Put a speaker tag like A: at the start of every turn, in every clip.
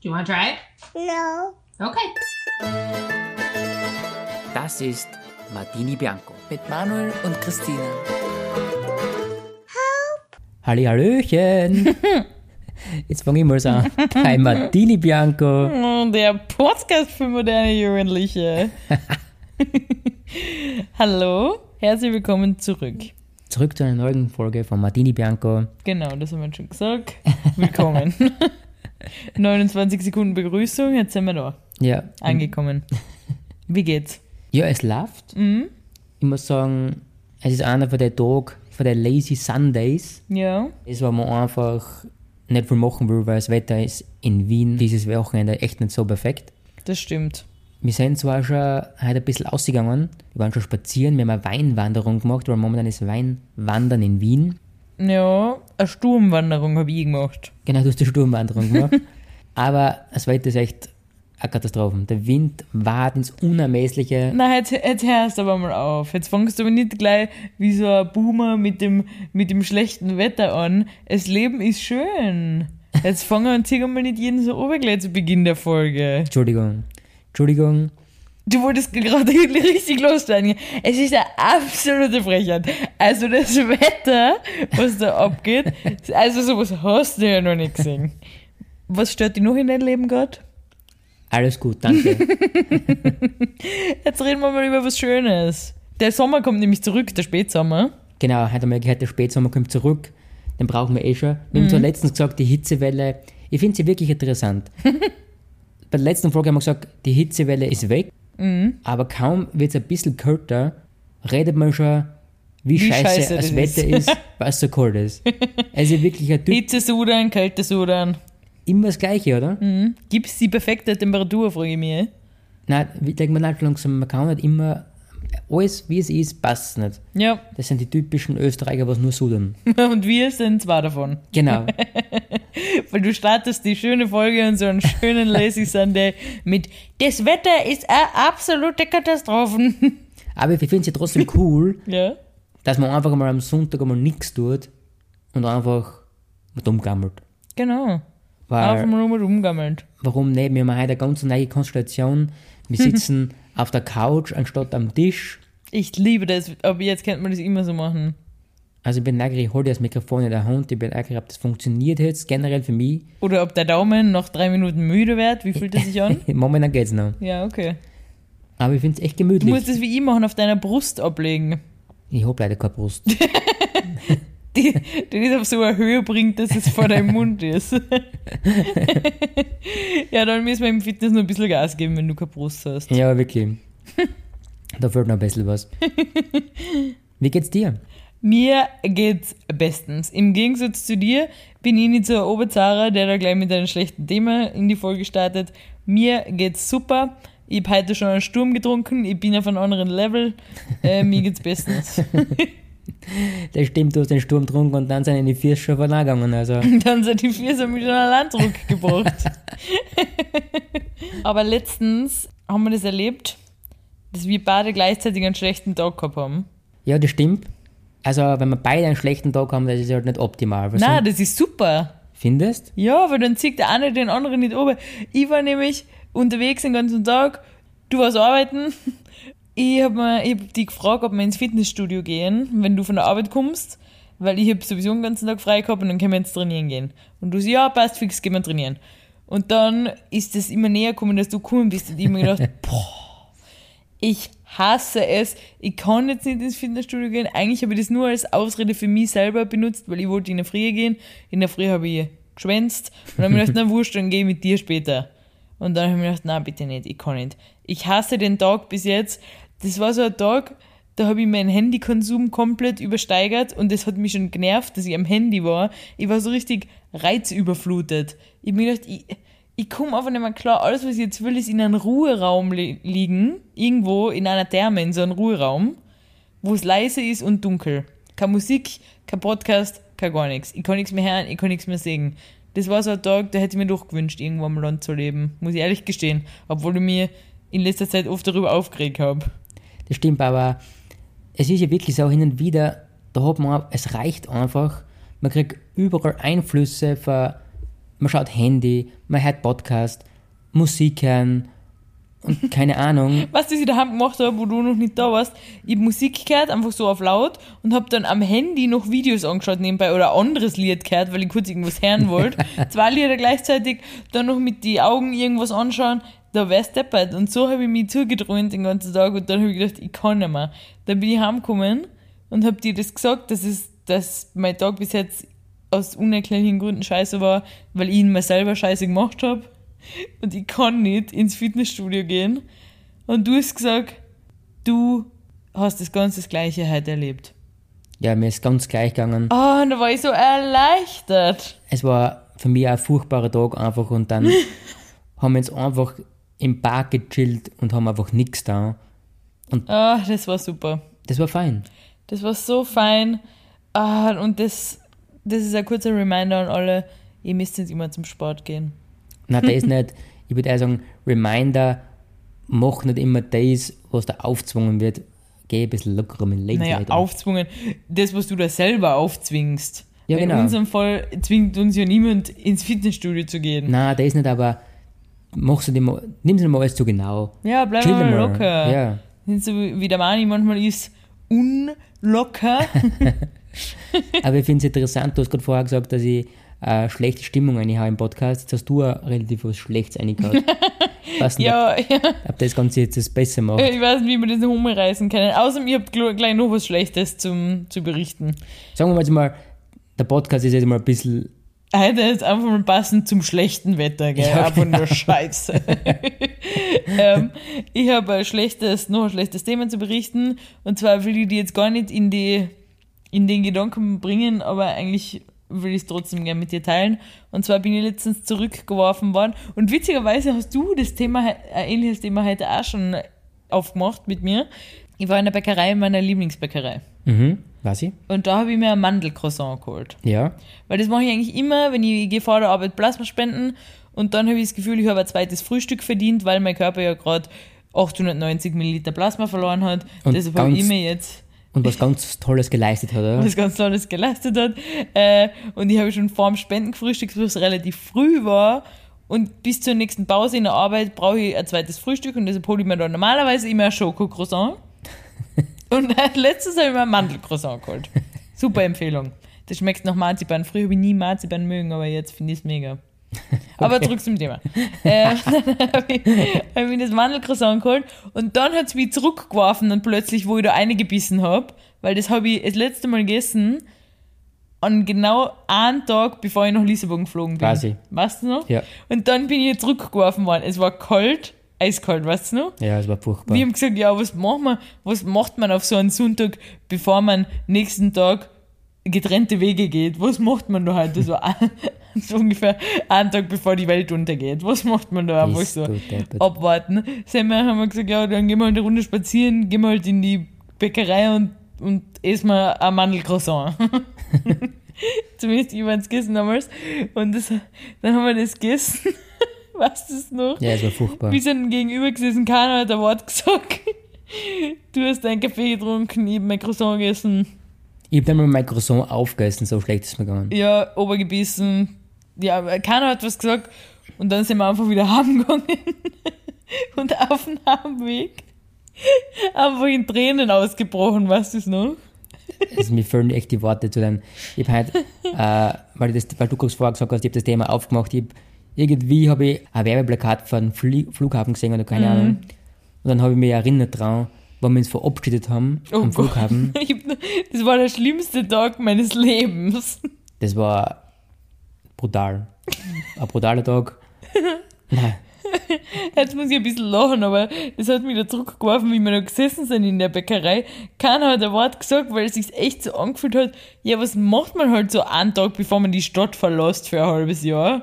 A: Do you want to try it?
B: No.
A: Okay.
C: Das ist Martini Bianco.
D: Mit Manuel und Christina.
E: Hallihallöchen! Jetzt fange ich mal so an. Hi Martini Bianco.
F: Oh, Der Podcast für moderne Jugendliche. Hallo, herzlich willkommen zurück.
E: Zurück zu einer neuen Folge von Martini Bianco.
F: Genau, das haben wir schon gesagt. Willkommen. 29 Sekunden Begrüßung, jetzt sind wir da.
E: Ja,
F: Angekommen.
D: Mhm.
F: Wie geht's?
E: ja es läuft.
C: Mhm.
E: Ich muss sagen, es ist einer von den Tag, von den Lazy Sundays.
F: Ja,
E: Das, wo man einfach nicht viel machen will, weil das Wetter ist in Wien dieses Wochenende echt nicht so perfekt.
F: das stimmt.
E: Wir sind zwar schon heute ein bisschen ausgegangen, wir waren schon spazieren, wir haben eine Weinwanderung gemacht, weil momentan ist Weinwandern in Wien.
F: Ja, eine Sturmwanderung habe ich gemacht.
E: Genau, du hast die Sturmwanderung gemacht. Aber das Wetter ist echt eine Katastrophe. Der Wind ward ins Unermessliche.
F: Na, jetzt, jetzt hörst aber mal auf. Jetzt fängst du aber nicht gleich wie so ein Boomer mit dem, mit dem schlechten Wetter an. Das Leben ist schön. Jetzt fangen wir uns hier mal nicht jeden so oben gleich zu Beginn der Folge.
E: Entschuldigung. Entschuldigung.
F: Du wolltest gerade richtig lossteigen. Es ist eine absolute Frechheit. Also das Wetter, was da abgeht, also sowas hast du ja noch nicht gesehen. Was stört dich noch in deinem Leben gerade?
E: Alles gut, danke.
F: Jetzt reden wir mal über was Schönes. Der Sommer kommt nämlich zurück, der Spätsommer.
E: genau, heute haben wir gehört, der Spätsommer kommt zurück. Den brauchen wir eh schon. Wir haben zwar letztens gesagt, die Hitzewelle. Ich finde sie wirklich interessant. Bei der letzten Folge haben wir gesagt, die Hitzewelle ist weg. Aber kaum wird es ein bisschen kälter, redet man schon, wie, scheiße,
F: scheiße
E: das
F: das
E: Wetter ist, weil es so kalt ist. Also wirklich ein Typ,
F: Hitzesudern, Kältesudern.
E: immer das Gleiche, oder?
F: Gibt es die perfekte Temperatur, frage ich mich. eh?
E: Nein, ich denke mir nicht langsam, man kann nicht immer, alles wie es ist, passt nicht.
F: Ja,
E: Das sind die typischen Österreicher, was nur sudern.
F: und wir sind zwei davon.
E: Genau.
F: Weil du startest die schöne Folge und so einen schönen Lazy Sunday mit Das Wetter ist eine absolute Katastrophe.
E: Aber ich finde es ja trotzdem cool,
F: Ja.
E: dass man einfach mal am Sonntag einmal nichts tut und einfach dumm gammelt.
F: Genau. Auf
E: Weil,
F: dem Rummel rumgammelt.
E: warum nicht? Wir haben heute eine ganz neue Konstellation. Wir
F: Mhm.
E: sitzen auf der Couch anstatt am Tisch.
F: Ich liebe das, aber jetzt könnte man das immer so machen.
E: Also ich bin neugierig, ich hole das Mikrofon in der Hand. Ich bin neugierig, ob das funktioniert jetzt generell für mich.
F: Oder ob der Daumen noch drei Minuten müde wird, wie fühlt er sich an?
E: Momentan geht's noch.
F: Ja, okay.
E: Aber ich finde es echt
F: Du musst
E: gemütlich.
F: es wie ich machen, auf deiner Brust ablegen.
E: Ich habe leider keine Brust.
F: Die, die das auf so eine Höhe bringt, dass es vor deinem Mund ist. ja, dann müssen wir im Fitness noch ein bisschen Gas geben, wenn du keine Brust hast.
E: Ja, wirklich. da fehlt noch ein bisschen was. Wie geht's dir?
F: Mir geht's bestens. Im Gegensatz zu dir bin ich nicht so ein Oberzara, der da gleich mit einem schlechten Thema in die Folge startet. Mir geht's super. Ich habe heute schon einen Sturm getrunken. Ich bin auf einem anderen Level. Äh, mir geht's bestens.
E: Das stimmt, du hast den Sturm getrunken und dann sind in die Füße schon verlagern. Also,
F: Dann sind die vier so mit einer Landdruck gebracht. Aber letztens haben wir das erlebt, dass wir beide gleichzeitig einen schlechten Tag gehabt haben.
E: ja, das stimmt. Also, wenn wir beide einen schlechten Tag haben, das ist halt nicht optimal. Was
F: Na,
E: du
F: das ist super.
E: findest?
F: Ja, weil dann zieht der eine den anderen nicht oben. Ich war nämlich unterwegs den ganzen Tag, du warst arbeiten. Ich habe hab dich gefragt, ob wir ins Fitnessstudio gehen, wenn du von der Arbeit kommst, weil ich habe sowieso den ganzen Tag frei gehabt und dann können wir jetzt trainieren gehen. Und du sagst, ja, passt fix, gehen wir trainieren. Und dann ist es immer näher gekommen, dass du gekommen bist und ich hab mir gedacht, ich hasse es. Ich kann jetzt nicht ins Fitnessstudio gehen. Eigentlich habe ich das nur als Ausrede für mich selber benutzt, weil ich wollte in der Früh gehen. In der Früh habe ich geschwänzt. Und dann habe ich mir gedacht, na wurscht, dann gehe ich mit dir später. Und dann habe ich mir gedacht, na bitte nicht, ich kann nicht. Ich hasse den Tag bis jetzt. Das war so ein Tag, da habe ich meinen Handykonsum komplett übersteigert und das hat mich schon genervt, dass ich am Handy war. Ich war so richtig reizüberflutet. Ich hab mir gedacht, ich, ich komme einfach nicht mehr klar. Alles, was ich jetzt will, ist in einem Ruheraum li liegen. Irgendwo in einer Therme, in so einem Ruheraum, wo es leise ist und dunkel. Keine Musik, kein Podcast, kein gar nichts. Ich kann nichts mehr hören, ich kann nichts mehr singen. Das war so ein Tag, da hätte ich mir doch gewünscht, irgendwo am Land zu leben. Muss ich ehrlich gestehen. Obwohl ich mir in letzter Zeit oft darüber aufgeregt habe.
E: Das stimmt, aber es ist ja wirklich so, hin und wieder, da hat man, es reicht einfach. Man kriegt überall Einflüsse von man schaut Handy, man hört Podcast, Musik hören und keine Ahnung.
F: Was ich daheim gemacht habe, wo du noch nicht da warst, ich habe Musik gehört, einfach so auf laut und habe dann am Handy noch Videos angeschaut nebenbei oder ein anderes Lied gehört, weil ich kurz irgendwas hören wollte. Zwei Lieder gleichzeitig, dann noch mit die Augen irgendwas anschauen, da wär's deppert. Und so habe ich mich zugedröhnt den ganzen Tag und dann habe ich gedacht, ich kann nicht mehr. Dann bin ich heimgekommen und habe dir das gesagt, dass, es, dass mein Tag bis jetzt aus unerklärlichen Gründen scheiße war, weil ich ihn mir selber scheiße gemacht habe und ich kann nicht ins Fitnessstudio gehen. Und du hast gesagt, du hast das ganz das Gleiche heute erlebt.
E: Ja, mir ist ganz gleich gegangen.
F: Ah, und da war ich so erleichtert.
E: Es war für mich ein furchtbarer Tag einfach und dann haben wir uns einfach im Park gechillt und haben einfach nichts da.
F: Ah, das war super.
E: Das war fein.
F: Das war so fein. Ah, und das, das ist ein kurzer Reminder an alle, ihr müsst jetzt immer zum Sport gehen.
E: Na, das nicht. Ich würde eher sagen, Reminder, mach nicht immer das, was da aufgezwungen wird. Geh ein bisschen lockerer mit Leben.
F: Naja, aufzwungen. Das, was du da selber aufzwingst.
E: Ja,
F: In
E: genau.
F: unserem Fall zwingt uns ja niemand, ins Fitnessstudio zu gehen.
E: Na, das nicht, aber machst du dir mal, nimmst du dir mal alles zu genau.
F: Ja, bleib
E: Chill
F: mal
E: mal.
F: locker.
E: Ja.
F: Nicht so wie der Mani manchmal ist, unlocker.
E: Aber ich finde es interessant, du hast gerade vorher gesagt, dass ich äh, schlechte Stimmung eigentlich habe im Podcast. Jetzt hast du ja relativ was Schlechtes eingehabt. Weiß nicht,
F: ja, ja,
E: ob das Ganze jetzt das besser macht.
F: ich weiß nicht, wie wir das noch umreißen können. Außerdem, ich habe gleich noch was Schlechtes zum, zu berichten.
E: Sagen wir mal jetzt mal, der Podcast ist jetzt mal ein bisschen
F: Heute ist einfach mal passend zum schlechten Wetter, gell?
E: Ja,
F: Ab und nur Scheiße. ähm, ich habe ein schlechtes, noch ein schlechtes Thema zu berichten. Und zwar will ich die jetzt gar nicht in, die, in den Gedanken bringen, aber eigentlich will ich es trotzdem gerne mit dir teilen. Und zwar bin ich letztens zurückgeworfen worden. Und witzigerweise hast du das Thema, he- ein ähnliches Thema heute auch schon aufgemacht mit mir. Ich war in der Bäckerei, in meiner Lieblingsbäckerei.
E: Mhm, weiß ich.
F: Und da habe ich mir ein Mandelcroissant geholt.
E: Ja.
F: Weil das mache ich eigentlich immer, wenn ich, ich gehe vor der Arbeit Plasma spenden und dann habe ich das Gefühl, ich habe ein zweites Frühstück verdient, weil mein Körper ja gerade 890 Milliliter Plasma verloren hat.
E: Und
F: Deshalb habe ich
E: ganz-
F: mir jetzt
E: Und was ganz Tolles geleistet hat, oder?
F: was ganz Tolles geleistet hat. Äh, und ich habe schon vor dem Spenden gefrühstückt, was relativ früh war. Und bis zur nächsten Pause in der Arbeit brauche ich ein zweites Frühstück und deshalb hole ich mir dann normalerweise immer ein Schoko-Croissant. und als letztes habe ich mir ein Mandel-Croissant geholt. Super Empfehlung. Das schmeckt nach Marzipan. Früher habe ich nie Marzipan mögen, aber jetzt finde ich es mega. Aber zurück zum Thema. Ähm, dann habe ich, hab ich das Mandelcroissant geholt und dann hat es mich zurückgeworfen und plötzlich, wo ich da eingebissen habe, weil das habe ich das letzte Mal gegessen an genau einen Tag, bevor ich nach Lissabon geflogen bin.
E: Quasi.
F: Weißt du noch?
E: Ja.
F: Und dann bin ich hier zurückgeworfen worden. Es war kalt, eiskalt, weißt du noch?
E: Ja, es war furchtbar.
F: Wir haben gesagt, ja, was machen wir? Was macht man auf so einen Sonntag, bevor man nächsten Tag getrennte Wege geht? Was macht man da halt? Das war ein- so ungefähr einen Tag bevor die Welt untergeht. Was macht man da einfach
E: Bist
F: so?
E: du deppert.
F: Abwarten. Sind wir, haben wir gesagt, ja, dann gehen wir halt eine Runde spazieren, gehen wir halt in die Bäckerei und, und essen mal ein Mandelcroissant. Zumindest ich es gegessen damals. Und das, dann haben wir das gegessen. Was ist noch?
E: ja, es war furchtbar.
F: Wir sind gegenüber gesessen, keiner hat ein Wort gesagt. Du hast deinen Kaffee getrunken, ich hab mein Croissant gegessen,
E: Ich habe dann mal mein Croissant aufgegessen, so schlecht ist mir gegangen.
F: ja, obergebissen. Ja, aber keiner hat was gesagt. Und dann sind wir einfach wieder heimgegangen. Und auf dem Heimweg einfach in Tränen ausgebrochen, weißt du es noch?
E: Also, mir fehlen echt die Worte zu deinem. Ich habe halt, äh, weil, ich das, weil du kurz vorher gesagt hast, ich habe das Thema aufgemacht. Ich hab, irgendwie habe ich ein Werbeplakat von einem Flie Flughafen gesehen oder
F: Mhm.
E: keine Ahnung. Und dann habe ich mich erinnert dran, wann wir uns verabschiedet haben
F: Oh
E: am
F: Gott.
E: Flughafen.
F: Ich hab, das war der schlimmste Tag meines Lebens.
E: Das war brutal. Ein brutaler Tag.
F: Jetzt muss ich ein bisschen lachen, aber das hat mich da zurückgeworfen, wie wir da gesessen sind in der Bäckerei. Keiner hat ein Wort gesagt, weil es sich echt so angefühlt hat. Ja, was macht man halt so einen Tag, bevor man die Stadt verlässt für ein halbes Jahr?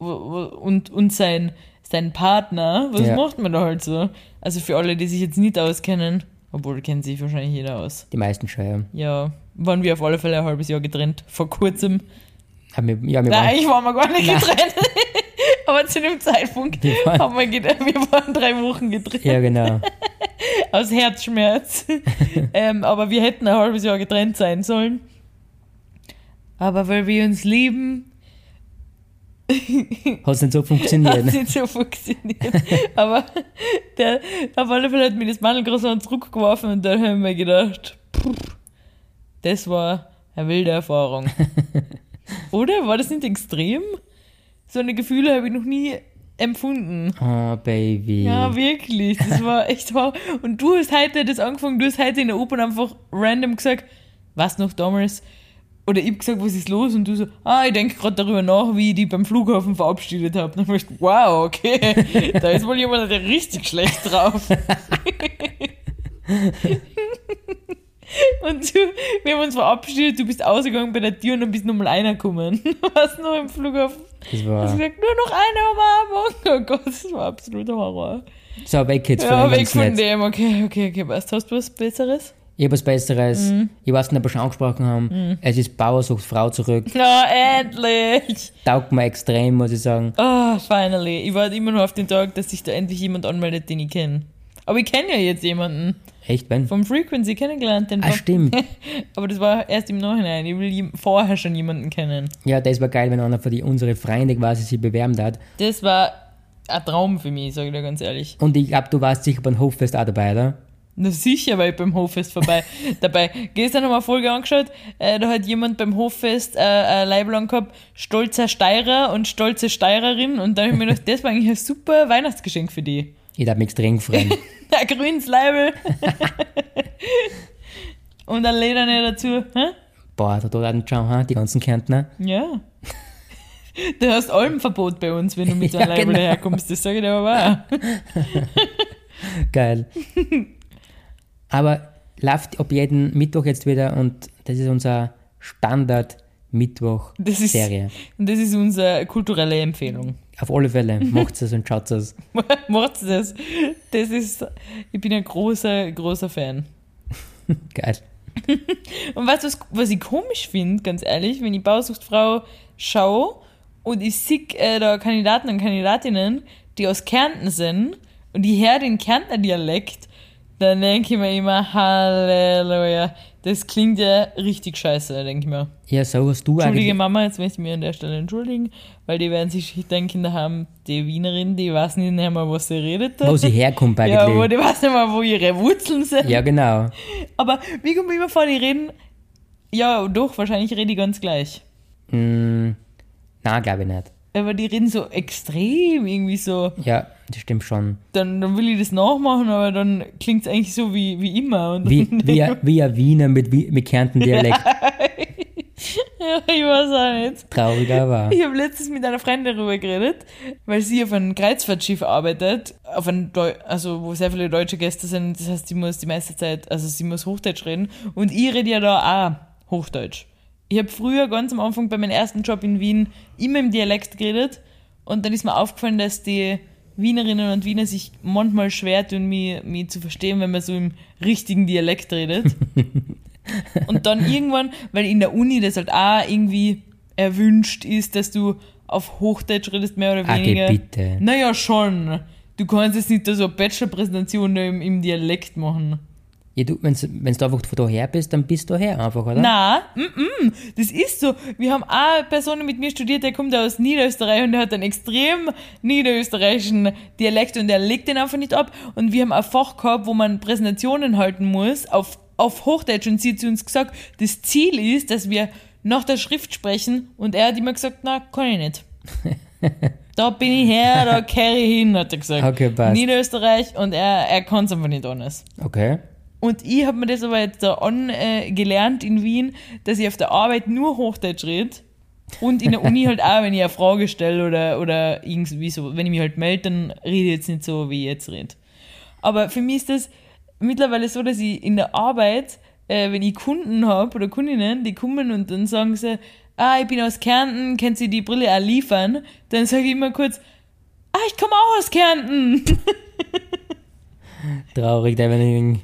F: Wo- wo- Und, und sein, sein Partner, was
E: Ja.
F: macht man da halt so? Also für alle, die sich jetzt nicht auskennen, obwohl kennt sich wahrscheinlich jeder aus.
E: Die meisten schon, ja.
F: Ja, waren wir auf alle Fälle ein halbes Jahr getrennt, vor kurzem.
E: Hab mir, ja, mir
F: Nein,
E: war,
F: eigentlich waren wir gar nicht getrennt. Aber zu dem Zeitpunkt
E: Wir waren-
F: haben wir gedacht, wir waren drei Wochen getrennt.
E: ja, genau.
F: Aus Herzschmerz. ähm, aber wir hätten ein halbes Jahr getrennt sein sollen. Aber weil wir uns lieben,
E: Hat es nicht so funktioniert.
F: Hat nicht so funktioniert. Aber der, auf alle Fälle hat mir das Mandelcroissant zurückgeworfen und dann haben wir gedacht, pff, das war eine wilde Erfahrung. Oder? War das nicht extrem? So eine Gefühle habe ich noch nie empfunden.
E: Oh, Baby.
F: Ja, wirklich. Das war echt wow. Und du hast heute das angefangen, du hast heute in der Oper einfach random gesagt, was noch damals? Oder ich hab gesagt, was ist los? Und du so, ah, ich denke gerade darüber nach, wie ich die beim Flughafen verabschiedet habe. Dann hab ich gedacht, wow, okay, da ist wohl jemand der richtig schlecht drauf. und du, wir haben uns verabschiedet, du bist ausgegangen bei der Tür und dann bist nochmal einer gekommen. Du warst noch im Flughafen.
E: das
F: Du hast
E: war
F: gesagt, nur noch eine Umarmung. Oh Gott, das war absoluter Horror.
E: so weg jetzt
F: Ja,
E: von dem
F: weg
E: ganzen
F: von
E: Netz.
F: dem. Okay, okay, okay. Was hast du was Besseres?
E: Ich hab was Besseres.
F: Mhm.
E: Ich weiß nicht, ob wir schon angesprochen haben. Es ist Bauer sucht Frau zurück.
F: Na, endlich!
E: Taugt mir extrem, muss ich sagen.
F: Ah, finally. Ich warte immer nur auf den Tag, dass sich da endlich jemand anmeldet, den ich kenne. Aber ich kenne ja jetzt jemanden.
E: Echt, Ben?
F: Vom Frequency kennengelernt. Den
E: Ah,
F: Bob.
E: stimmt.
F: Aber das war erst im Nachhinein. Ich will jem- vorher schon jemanden kennen.
E: Ja, das war geil, wenn einer von die, unsere Freunde quasi sich bewerben hat.
F: Das war ein Traum für mich, sage ich dir ganz ehrlich.
E: Und ich glaube, du warst sicher beim Hoffest auch dabei, oder?
F: Na sicher war ich beim Hoffest vorbei. dabei. Gestern haben wir eine Folge angeschaut, äh, da hat jemand beim Hoffest äh, ein Label angehabt, stolzer Steirer und stolze Steirerin. Und da habe ich mir gedacht, das war eigentlich ein super Weihnachtsgeschenk für die.
E: Ich hab mich extrem gefreut.
F: Ein grünes Label. und ein Lederne dazu. Hä?
E: Boah, da tut auch einen Ciao, ha? die ganzen Kärntner.
F: Ja. Du hast Almverbot bei uns, wenn du mit so einem
E: Ja,
F: Label
E: genau.
F: daherkommst. Das sage ich dir aber auch.
E: Geil. Aber läuft ab jeden Mittwoch jetzt wieder und das ist unser
F: Das ist-
E: Standard-Mittwoch-Serie.
F: Und das ist unsere kulturelle Empfehlung.
E: Auf alle Fälle, macht's es und schaut es.
F: Macht's das. Das ist, ich bin ein großer, großer Fan.
E: Geil.
F: Und weißt du, was, was ich komisch finde, ganz ehrlich, wenn ich Bausuchtfrau schaue und ich sehe äh, da Kandidaten und Kandidatinnen, die aus Kärnten sind und die her den Kärntner Dialekt, dann denke ich mir immer, Halleluja, das klingt ja richtig scheiße, denke ich mir.
E: Ja, so hast du
F: Entschuldige
E: eigentlich.
F: Mama, jetzt möchte ich mich an der Stelle entschuldigen, weil die werden sich dann Kinder haben, die Wienerin, die weiß nicht mehr, was sie redet.
E: Wo sie herkommt
F: ja, wo
E: eigentlich.
F: die weiß nicht mehr, wo ihre Wurzeln sind.
E: Ja, genau.
F: Aber wie kommt mir immer vor, die reden. Ja, doch, wahrscheinlich reden die ganz gleich.
E: Hm, nein, glaube ich nicht.
F: Aber die reden so extrem irgendwie so.
E: Ja, das stimmt schon.
F: Dann, dann will ich das nachmachen, aber dann klingt es eigentlich so wie, wie immer. Und
E: Wie,
F: dann,
E: wie, ein- wie ein Wiener mit, Wi- mit Kärnten-Dialekt.
F: ja, ich weiß auch nicht.
E: Traurig, aber.
F: Ich habe letztens mit einer Freundin darüber geredet, weil sie auf einem Kreuzfahrtschiff arbeitet, auf einem Deu also wo sehr viele deutsche Gäste sind. Das heißt, sie muss die meiste Zeit, also sie muss Hochdeutsch reden. Und ich rede ja da auch Hochdeutsch. Ich habe früher ganz am Anfang bei meinem ersten Job in Wien immer im Dialekt geredet und dann ist mir aufgefallen, dass die Wienerinnen und Wiener sich manchmal schwer tun, mich, mich zu verstehen, wenn man so im richtigen Dialekt redet. Und dann irgendwann, weil in der Uni das halt auch irgendwie erwünscht ist, dass du auf Hochdeutsch redest, mehr oder
E: Ah, geh
F: weniger.
E: bitte.
F: Naja, schon. Du kannst jetzt nicht da so eine Bachelor-Präsentation im, im Dialekt machen.
E: Ja, du, wenn du einfach von daher bist, dann bist du daher einfach, oder?
F: Na, mm, mm, das ist so. Wir haben auch eine Person die mit mir studiert, der kommt aus Niederösterreich und der hat einen extrem niederösterreichischen Dialekt und der legt den einfach nicht ab. Und wir haben ein Fach gehabt, wo man Präsentationen halten muss auf, auf Hochdeutsch und sie hat zu uns gesagt, das Ziel ist, dass wir nach der Schrift sprechen und er hat immer gesagt, na, kann ich nicht. Da bin ich her, da kehre ich hin, hat er gesagt.
E: Okay, passt.
F: Niederösterreich und er, er kann es einfach nicht anders.
E: Okay.
F: Und ich habe mir das aber jetzt da an äh, gelernt in Wien, dass ich auf der Arbeit nur Hochdeutsch rede. Und in der Uni halt auch, wenn ich eine Frage stelle oder, oder irgendwie so, wenn ich mich halt melde, dann rede ich jetzt nicht so, wie ich jetzt rede. Aber für mich ist das mittlerweile so, dass ich in der Arbeit, äh, wenn ich Kunden habe oder Kundinnen, die kommen und dann sagen sie, ah, ich bin aus Kärnten, können Sie die Brille auch liefern? Dann sage ich immer kurz, ah, ich komme auch aus Kärnten.
E: Traurig, der, wenn ich, irgend-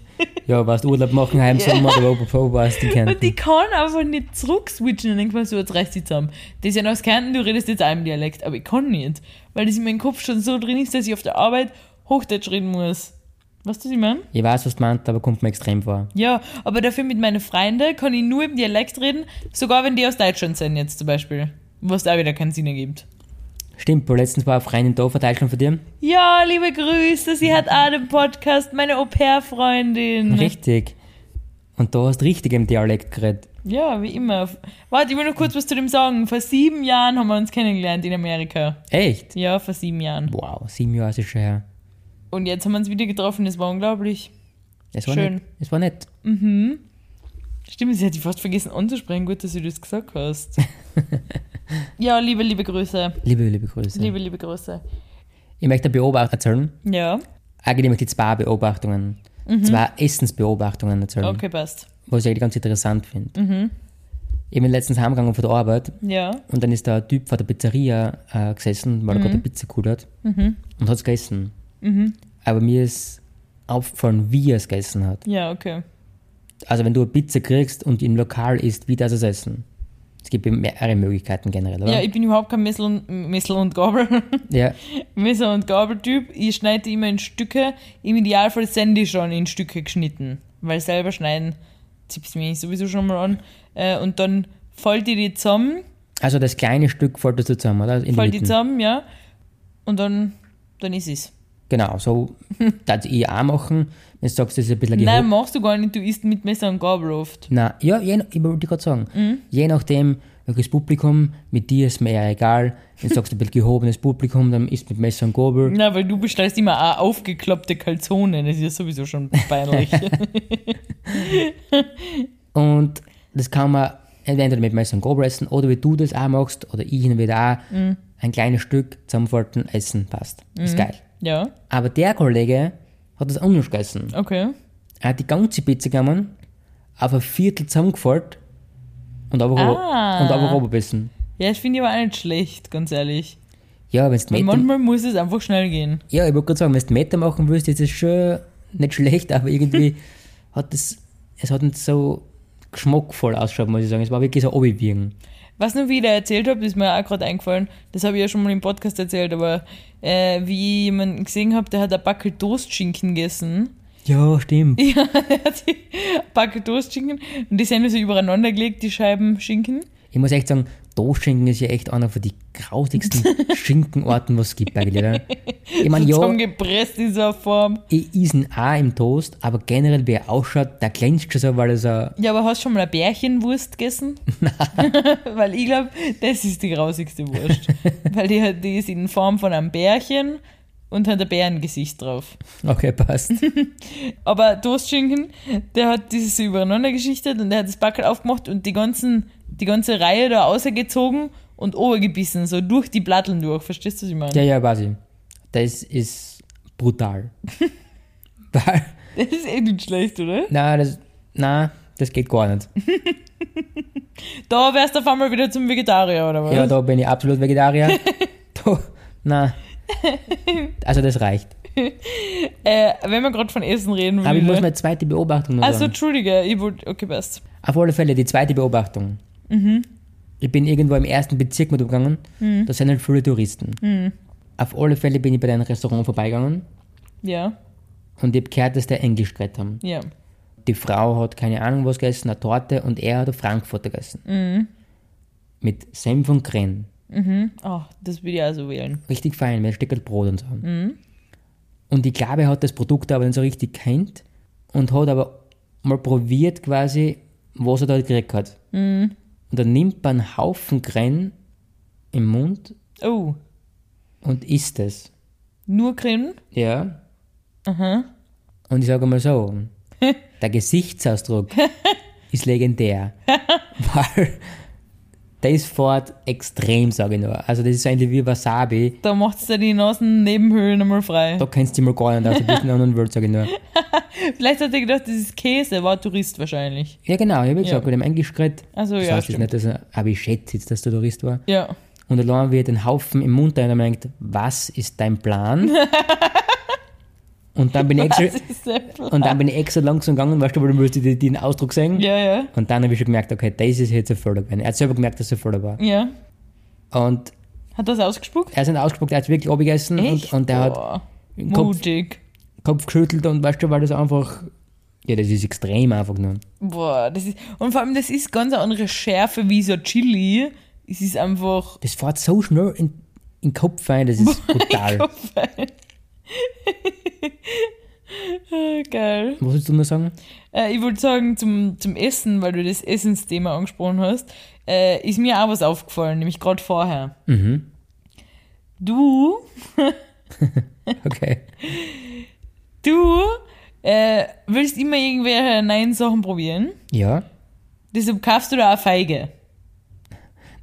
E: ja, was Urlaub machen, heim Sommer, aber wo warst du
F: Und die
E: Kärnten?
F: kann einfach nicht zurückswitchen. Dann denkt man so, jetzt reißt die zusammen. Das ist ja noch aus Kärnten, du redest jetzt auch im Dialekt. Aber ich kann nicht, weil das in meinem Kopf schon so drin ist, dass ich auf der Arbeit Hochdeutsch reden muss. Weißt du, was ich meine?
E: Ich weiß, was du meinst, aber kommt mir extrem vor.
F: Ja, aber dafür mit meinen Freunden kann ich nur im Dialekt reden, sogar wenn die aus Deutschland sind jetzt zum Beispiel. Was da wieder keinen Sinn ergibt.
E: Stimmt, Bro, letztens war eine Freundin da von Deutschland von dir.
F: Ja, liebe Grüße, sie hat auch den Podcast, meine Au-pair-Freundin.
E: Richtig. Und da hast du richtig im Dialekt geredet.
F: Ja, wie immer. Warte, ich will noch kurz was zu dem sagen. Vor sieben Jahren haben wir uns kennengelernt in Amerika.
E: Echt?
F: Ja, vor sieben Jahren.
E: Wow, sieben Jahre ist es schon her.
F: Und jetzt haben wir uns wieder getroffen, das war unglaublich.
E: Es war
F: Schön.
E: nett. Es war nett.
F: Stimmt, sie hätte ich fast vergessen anzusprechen. Gut, dass du das gesagt hast. ja, liebe, liebe Grüße.
E: Liebe, liebe Grüße.
F: Liebe, liebe Grüße.
E: Ich möchte eine Beobachtung erzählen.
F: Ja,
E: Eigentlich möchte ich zwei Beobachtungen, zwei Essensbeobachtungen erzählen,
F: Mhm. okay, Mhm. passt.
E: was ich eigentlich ganz interessant finde. Ich bin letztens heimgegangen von der Arbeit
F: Ja,
E: und dann ist da ein Typ vor der Pizzeria äh, gesessen,
F: Mhm.
E: weil er gerade eine Pizza geholt hat und hat es gegessen. Aber mir ist aufgefallen, wie er es gegessen hat.
F: ja, okay.
E: Also wenn du eine Pizza kriegst und im Lokal isst, wie das es essen? Es gibt ja mehrere Möglichkeiten generell,
F: Ja,
E: oder?
F: ich bin überhaupt kein Messel und, Messel und Gabel.
E: Ja,
F: Messer- und Gabeltyp. Ich schneide die immer in Stücke. Im Idealfall sind die schon in Stücke geschnitten. Weil selber schneiden tippst mich sowieso schon mal an. Äh, und dann falte ich die zusammen,
E: also das kleine Stück faltest du zusammen, oder? In
F: falte die
E: Mitte.
F: zusammen, ja. Und dann, dann ist es.
E: Genau, so das ich auch machen. Wenn du sagst, das ist ein bisschen
F: Nein,
E: gehoben.
F: machst du gar nicht. Du isst mit Messer und Gabel oft.
E: Nein, ja, je, nach- ich wollte gerade sagen,
F: Mhm.
E: je nachdem, welches Publikum, mit dir ist mir eher egal. Wenn du sagst, ein bisschen gehobenes Publikum, dann isst mit Messer und Gabel.
F: Na, weil du bestellst immer auch aufgeklappte Calzone. Das ist ja sowieso schon peinlich.
E: Und das kann man entweder mit Messer und Gabel essen oder wie du das auch machst oder ich hin und wieder auch, ein kleines Stück zusammenfalten, essen, passt. Ist geil.
F: ja,
E: Aber der Kollege hat das anders gegessen.
F: okay.
E: Er hat die ganze Pizza genommen, auf ein Viertel zusammengefaltet und einfach
F: Ah.
E: ah. runtergebissen.
F: Ja, das finde ich aber auch nicht schlecht, ganz ehrlich.
E: Ja, wenn du
F: Weil
E: Meter,
F: manchmal muss es einfach schnell gehen.
E: ja, ich wollte gerade sagen, wenn du Meter machen willst, ist es schon nicht schlecht, aber irgendwie hat es, es hat nicht so geschmackvoll ausgeschaut, muss ich sagen. Es war wirklich so abgewiegen.
F: Was nur wieder erzählt habe, ist mir auch gerade eingefallen. Das habe ich ja schon mal im Podcast erzählt, aber äh, wie ich jemanden gesehen habe, der hat ein Backel Toastschinken gegessen.
E: Ja, stimmt.
F: Ja, der hat ein Backel Toastschinken und die sind so übereinander gelegt, die Scheiben Schinken.
E: Ich muss echt sagen, Toastschinken ist ja echt einer von den grausigsten Schinkenorten, was es gibt eigentlich. Oder? Ich meine, ja,
F: Zusammengepresst in so einer Form.
E: ich is ihn auch im Toast, aber generell, wie er ausschaut, der glänzt schon so, weil er so,
F: Ja, aber hast du schon mal eine Bärchenwurst gegessen? Weil ich glaube, das ist die grausigste Wurst. Weil die, hat- die ist in Form von einem Bärchen und hat ein Bärengesicht drauf.
E: okay, passt.
F: Aber Toastschinken, der hat dieses so übereinander geschichtet und der hat das Backel aufgemacht und die, ganzen, die ganze Reihe da rausgezogen und obergebissen, so durch die Platteln durch. Verstehst du, was ich meine?
E: Ja, ja, weiß ich. Das ist brutal. weil,
F: Das ist eh nicht schlecht, oder?
E: na, das, na, das geht gar nicht.
F: Da wärst du auf einmal wieder zum Vegetarier, oder was?
E: Ja, da bin ich absolut Vegetarier. da, na. Also das reicht.
F: Äh, wenn wir gerade von Essen reden
E: Aber ich muss
F: würde.
E: meine zweite Beobachtung noch
F: Mhm. Also,
E: sagen.
F: Entschuldige, ich wollte. Okay, passt.
E: Auf alle Fälle die zweite Beobachtung. Ich bin irgendwo im ersten Bezirk mit umgegangen. Da sind halt viele Touristen. Auf alle Fälle bin ich bei einem Restaurant vorbeigegangen
F: Ja,
E: und ich habe gehört, dass der Englisch geredet haben.
F: ja.
E: Die Frau hat keine Ahnung was gegessen, eine Torte und er hat eine Frankfurter gegessen. Mit Senf und Creme.
F: Ach, das würde ich auch so wählen.
E: richtig fein, mit ein Stück Brot und so. Und ich glaube, er hat das Produkt aber nicht so richtig kennt und hat aber mal probiert quasi, was er da gekriegt hat. Und dann nimmt man einen Haufen Kren im Mund
F: Oh,
E: und isst es.
F: nur Creme?
E: Ja. Und ich sage mal so, der Gesichtsausdruck ist legendär. Weil der ist fort extrem, sage ich nur. Also das ist eigentlich wie Wasabi.
F: Da macht's dir die Nasen-Nebenhöhlen einmal frei.
E: Da kennst du dich mal gar nicht aus, du bist in einer anderen Welt, sage ich nur.
F: Vielleicht hat er gedacht, das ist Käse, war Tourist wahrscheinlich.
E: Ja, genau, ich habe gesagt, mit dem Englisch geredet.
F: Ach
E: das
F: so, Also, ja,
E: heißt jetzt
F: stimmt.
E: nicht, dass er, aber ich schätze jetzt, dass der Tourist war.
F: Ja.
E: Und allein wie er den Haufen im Mund hat, und man denkt, was ist dein Plan? und, dann bin ich
F: Das
E: extra,
F: ist der Plan.
E: und dann bin ich extra langsam gegangen, weißt du, weil du willst den, den Ausdruck sehen.
F: Ja, ja.
E: Und dann habe ich schon gemerkt, okay, das ist jetzt ein Förder gewesen. Er hat selber gemerkt, dass er Förder war.
F: Ja.
E: Und
F: Hat das ausgespuckt?
E: er ist nicht ausgespuckt, er hat wirklich abgegessen und, und er hat
F: Boah,
E: den Kopf,
F: mutig.
E: Kopf geschüttelt und weißt du, weil das einfach, ja, das ist extrem einfach nur.
F: Boah, das ist. Und vor allem, das ist ganz eine andere Schärfe wie so Chili. Es ist einfach.
E: Das fährt so schnell in, in den Kopf rein, das ist brutal.
F: Äh, Geil.
E: Was willst du nur sagen?
F: Äh, ich wollte sagen, zum, zum Essen, weil du das Essensthema angesprochen hast, äh, ist mir auch was aufgefallen, nämlich gerade vorher. Mhm. Du,
E: Okay.
F: du äh, willst immer irgendwelche neuen Sachen probieren,
E: Ja.
F: deshalb kaufst du da eine Feige.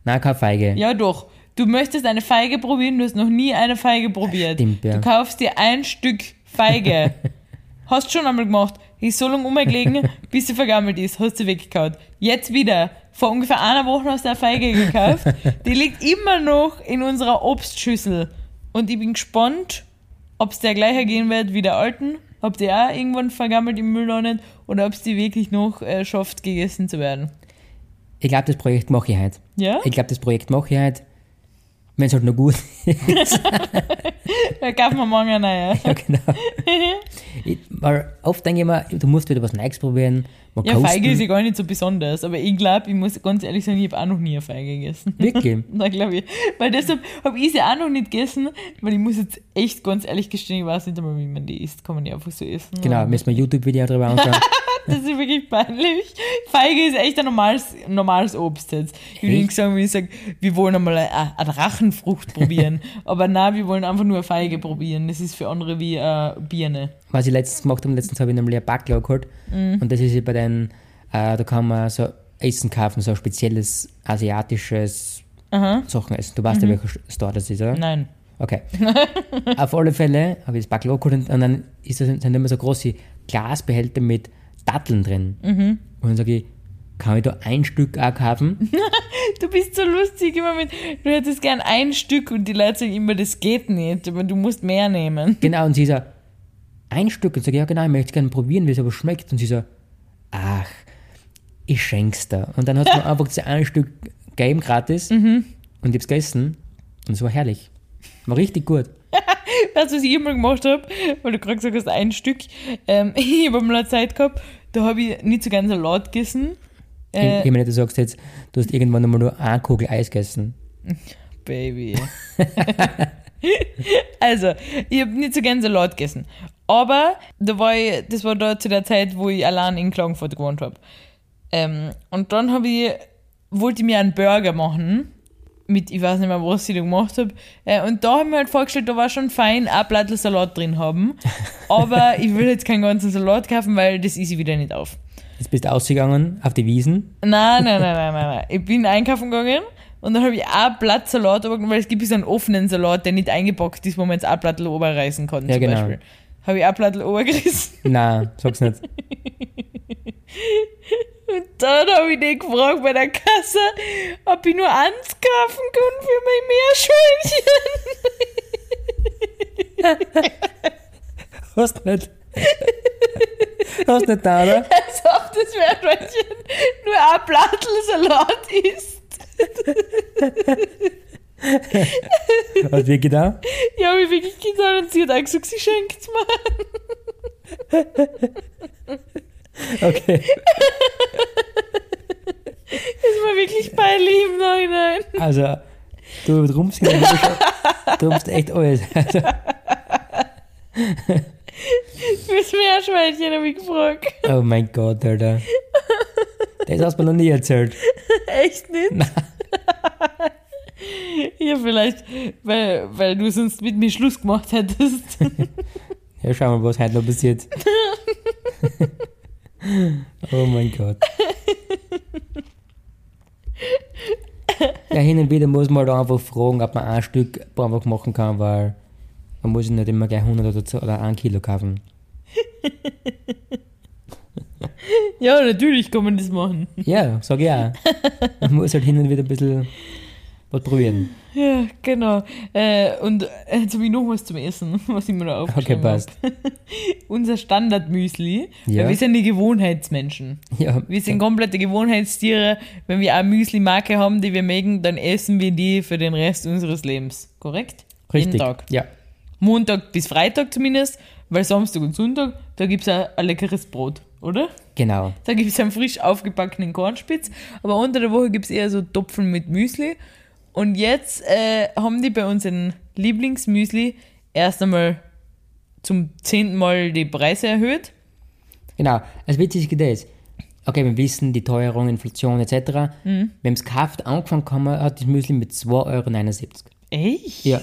E: Na, keine Feige.
F: Ja, doch. Du möchtest eine Feige probieren, du hast noch nie eine Feige probiert.
E: Stimmt, ja.
F: Du kaufst dir ein Stück Feige. hast schon einmal gemacht. Ist so lange umgelegen, bis sie vergammelt ist. Hast sie weggekaut. Jetzt wieder. Vor ungefähr einer Woche hast du eine Feige gekauft. Die liegt immer noch in unserer Obstschüssel. Und ich bin gespannt, ob es der gleiche gehen wird wie der alten. Ob die auch irgendwann vergammelt im Müll landet oder ob es die wirklich noch äh, schafft, gegessen zu werden.
E: Ich glaube, das Projekt mache ich heute.
F: Ja?
E: Ich glaube, das Projekt mache ich heute. Wenn es halt noch gut
F: Da kaufen wir morgen eine neue.
E: Ja, genau. ich, weil oft denke ich mir, du musst wieder was Neues probieren. Mal
F: Ja,
E: kosten.
F: Feige ist ja gar nicht so besonders, aber ich glaube, ich muss ganz ehrlich sagen, ich habe auch noch nie eine Feige gegessen.
E: Wirklich?
F: Na, glaube ich. Weil deshalb habe ich sie auch noch nicht gegessen, weil ich muss jetzt echt ganz ehrlich gestehen, ich weiß nicht einmal, wie man die isst. Kann man die einfach so essen?
E: Genau, müssen wir ein YouTube-Video drüber anschauen.
F: Das ist wirklich peinlich. Feige ist echt ein normales, normales Obst jetzt. Ich würde
E: Echt?
F: nicht sagen, wenn ich sage, wir wollen einmal eine, eine Drachenfrucht probieren. aber nein, wir wollen einfach nur eine Feige probieren. Das ist für andere wie eine Birne.
E: was ich letztens gemacht habe, letztens habe ich nämlich ein Backlog geholt.
F: Mhm.
E: Und das ist ja bei den, äh, da kann man so Essen kaufen, so ein spezielles asiatisches
F: Aha. Mhm.
E: Sachen essen. Du weißt ja, welcher Store das ist, oder?
F: Nein.
E: Okay. Auf alle Fälle habe ich das Backlog geholt und, und dann ist das, sind immer so große Glasbehälter mit Datteln drin. Und dann sage ich, kann ich da ein Stück auch kaufen?
F: Du bist so lustig immer mit, du hättest gern ein Stück und die Leute sagen immer, das geht nicht, aber du musst mehr nehmen.
E: genau, und sie so, ein Stück? Und sage ich, ja genau, ich möchte es gerne probieren, wie es aber schmeckt. Und sie so, ach, ich schenk's dir. Und dann hat man einfach das ein Stück gegeben, gratis. Und ich hab's gegessen. Und es war herrlich. War richtig gut.
F: Weißt du, was ich immer gemacht habe? Weil du gerade gesagt hast, ein Stück. Ähm, ich habe mal eine Zeit gehabt, da habe ich nicht so gern Salat gegessen.
E: Ich,
F: Äh,
E: ich meine, du sagst jetzt, du hast irgendwann einmal nur eine Kugel Eis gegessen.
F: Baby. also, ich habe nicht so gern Salat gegessen. Aber da war ich, das war da zu der Zeit, wo ich allein in Klagenfurt gewohnt habe. Ähm, und dann habe ich, wollte ich mir einen Burger machen. Mit, ich weiß nicht mehr, was ich da gemacht habe. Äh, und da habe ich mir halt vorgestellt, da war schon fein, ein Blattl Salat drin haben. Aber ich will jetzt keinen ganzen Salat kaufen, weil das ist ich wieder nicht auf.
E: Jetzt bist du ausgegangen auf die Wiesen.
F: Nein, nein, nein, nein, nein, nein. Ich bin einkaufen gegangen und dann habe ich ein Blatt Salat oben, weil es gibt so einen offenen Salat, der nicht eingepackt ist, wo man jetzt ein Blatt oberreißen kann,
E: Ja,
F: zum
E: genau.
F: Beispiel. Habe ich ein Blatt obergerissen
E: Nein, sag's nicht.
F: und dann habe ich den gefragt bei der Kasse, ob ich nur eins kaufen kann für mein Meerschweinchen.
E: Hast nicht. Hast nicht da, oder?
F: Als ob das Meerschweinchen nur ein Blatt Salat ist.
E: Hast wirklich da?
F: Ich habe mich wirklich getan und sie hat auch gesagt, sie schenkt es mir.
E: Okay.
F: Das war wirklich peinlich im Nachhinein.
E: Also, du rumpst hier, du rumpst echt alles. Also,
F: Fürs Meerschweinchen habe ich gefragt.
E: oh mein Gott, Alter. Das hast du mir noch nie erzählt.
F: Echt nicht? ja, vielleicht, weil, weil du sonst mit mir Schluss gemacht hättest.
E: Ja, schau mal, was heute noch passiert. Oh mein Gott. Ja, hin und wieder muss man halt einfach fragen, ob man ein Stück einfach machen kann, weil man muss ja nicht immer gleich 100 oder, 2 oder 1 Kilo kaufen.
F: ja, natürlich kann man das machen.
E: Ja, sag ich auch. Man muss halt hin und wieder ein bisschen was probieren.
F: Ja, genau. Äh, und äh, jetzt habe ich noch was zum Essen, was ich mir da
E: Okay,
F: aufgeschrieben
E: passt.
F: habe. Unser Standard-Müsli.
E: Ja.
F: Weil wir sind die Gewohnheitsmenschen.
E: Ja,
F: Wir sind komplette Gewohnheitstiere. Wenn wir eine Müsli-Marke haben, die wir mögen, dann essen wir die für den Rest unseres Lebens. Korrekt? Jeden
E: richtig.
F: Tag.
E: Ja,
F: Montag bis Freitag zumindest, weil Samstag und Sonntag, da gibt es ein, ein leckeres Brot, oder?
E: genau.
F: Da gibt es einen frisch aufgebackenen Kornspitz, aber unter der Woche gibt es eher so Topfen mit Müsli Und jetzt äh, haben die bei uns in Lieblingsmüsli erst einmal zum zehnten Mal die Preise erhöht.
E: Genau, das Witzige ist das. Okay, wir wissen, die Teuerung, Inflation etc. Mhm. Wenn es gekauft angefangen kann, hat das Müsli mit 2,79 Euro.
F: Echt?
E: Ja.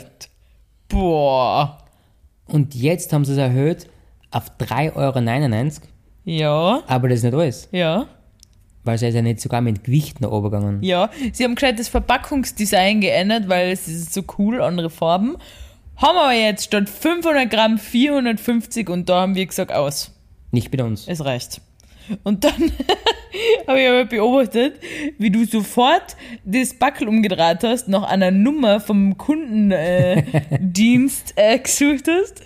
F: Boah.
E: Und jetzt haben sie es erhöht auf 3,99 Euro,
F: Ja,
E: aber das ist nicht alles,
F: ja,
E: weil sie ist ja nicht sogar mit Gewicht nach oben gegangen.
F: ja. Sie haben gescheit das Verpackungsdesign geändert, weil es ist so cool, andere Farben. Haben aber jetzt statt 500 Gramm 450 und da haben wir gesagt, aus.
E: Nicht bei uns.
F: es reicht. Und dann habe ich aber beobachtet, wie du sofort das Backel umgedreht hast, nach einer Nummer vom Kundendienst äh, Dienst, äh, gesucht hast.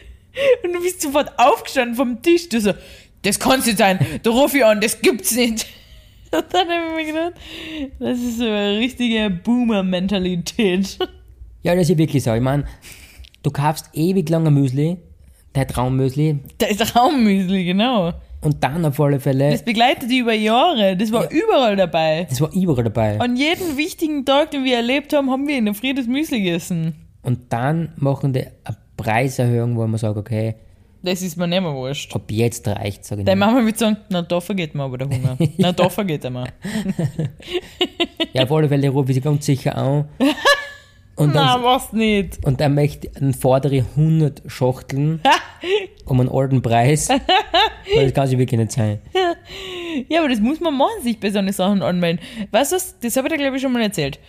F: Und du bist sofort aufgestanden vom Tisch. Du so, das kann's nicht sein, da ruf ich an, das gibt's nicht. Und dann habe ich mir gedacht, das ist so eine richtige Boomer-Mentalität.
E: Ja, das ist ja wirklich so. Ich meine, du kaufst ewig lange Müsli, dein Traummüsli,
F: Da ist Raummüsli, genau.
E: und dann auf alle Fälle,
F: Das begleitet die über Jahre, das war überall dabei.
E: das war überall dabei.
F: An jedem wichtigen Tag, den wir erlebt haben, haben wir in der Früh das Müsli gegessen.
E: Und dann machen die eine Preiserhöhung, wo man sagt, okay,
F: Das ist mir nicht mehr wurscht.
E: ab jetzt reicht es.
F: Deine Mama wird sagen, na da vergeht mir aber der Hunger. Na da vergeht er mir.
E: Ja, auf alle Fälle rufe ich sie ganz sicher an. Und
F: Na,
E: dann,
F: was nicht.
E: und dann, möchte, dann fordere ich 100 Schachteln um einen alten Preis. Weil das kann es wirklich nicht sein.
F: Ja, aber das muss man machen, sich bei solchen Sachen anmelden. Weißt du was, das habe ich dir, glaube ich, schon mal erzählt.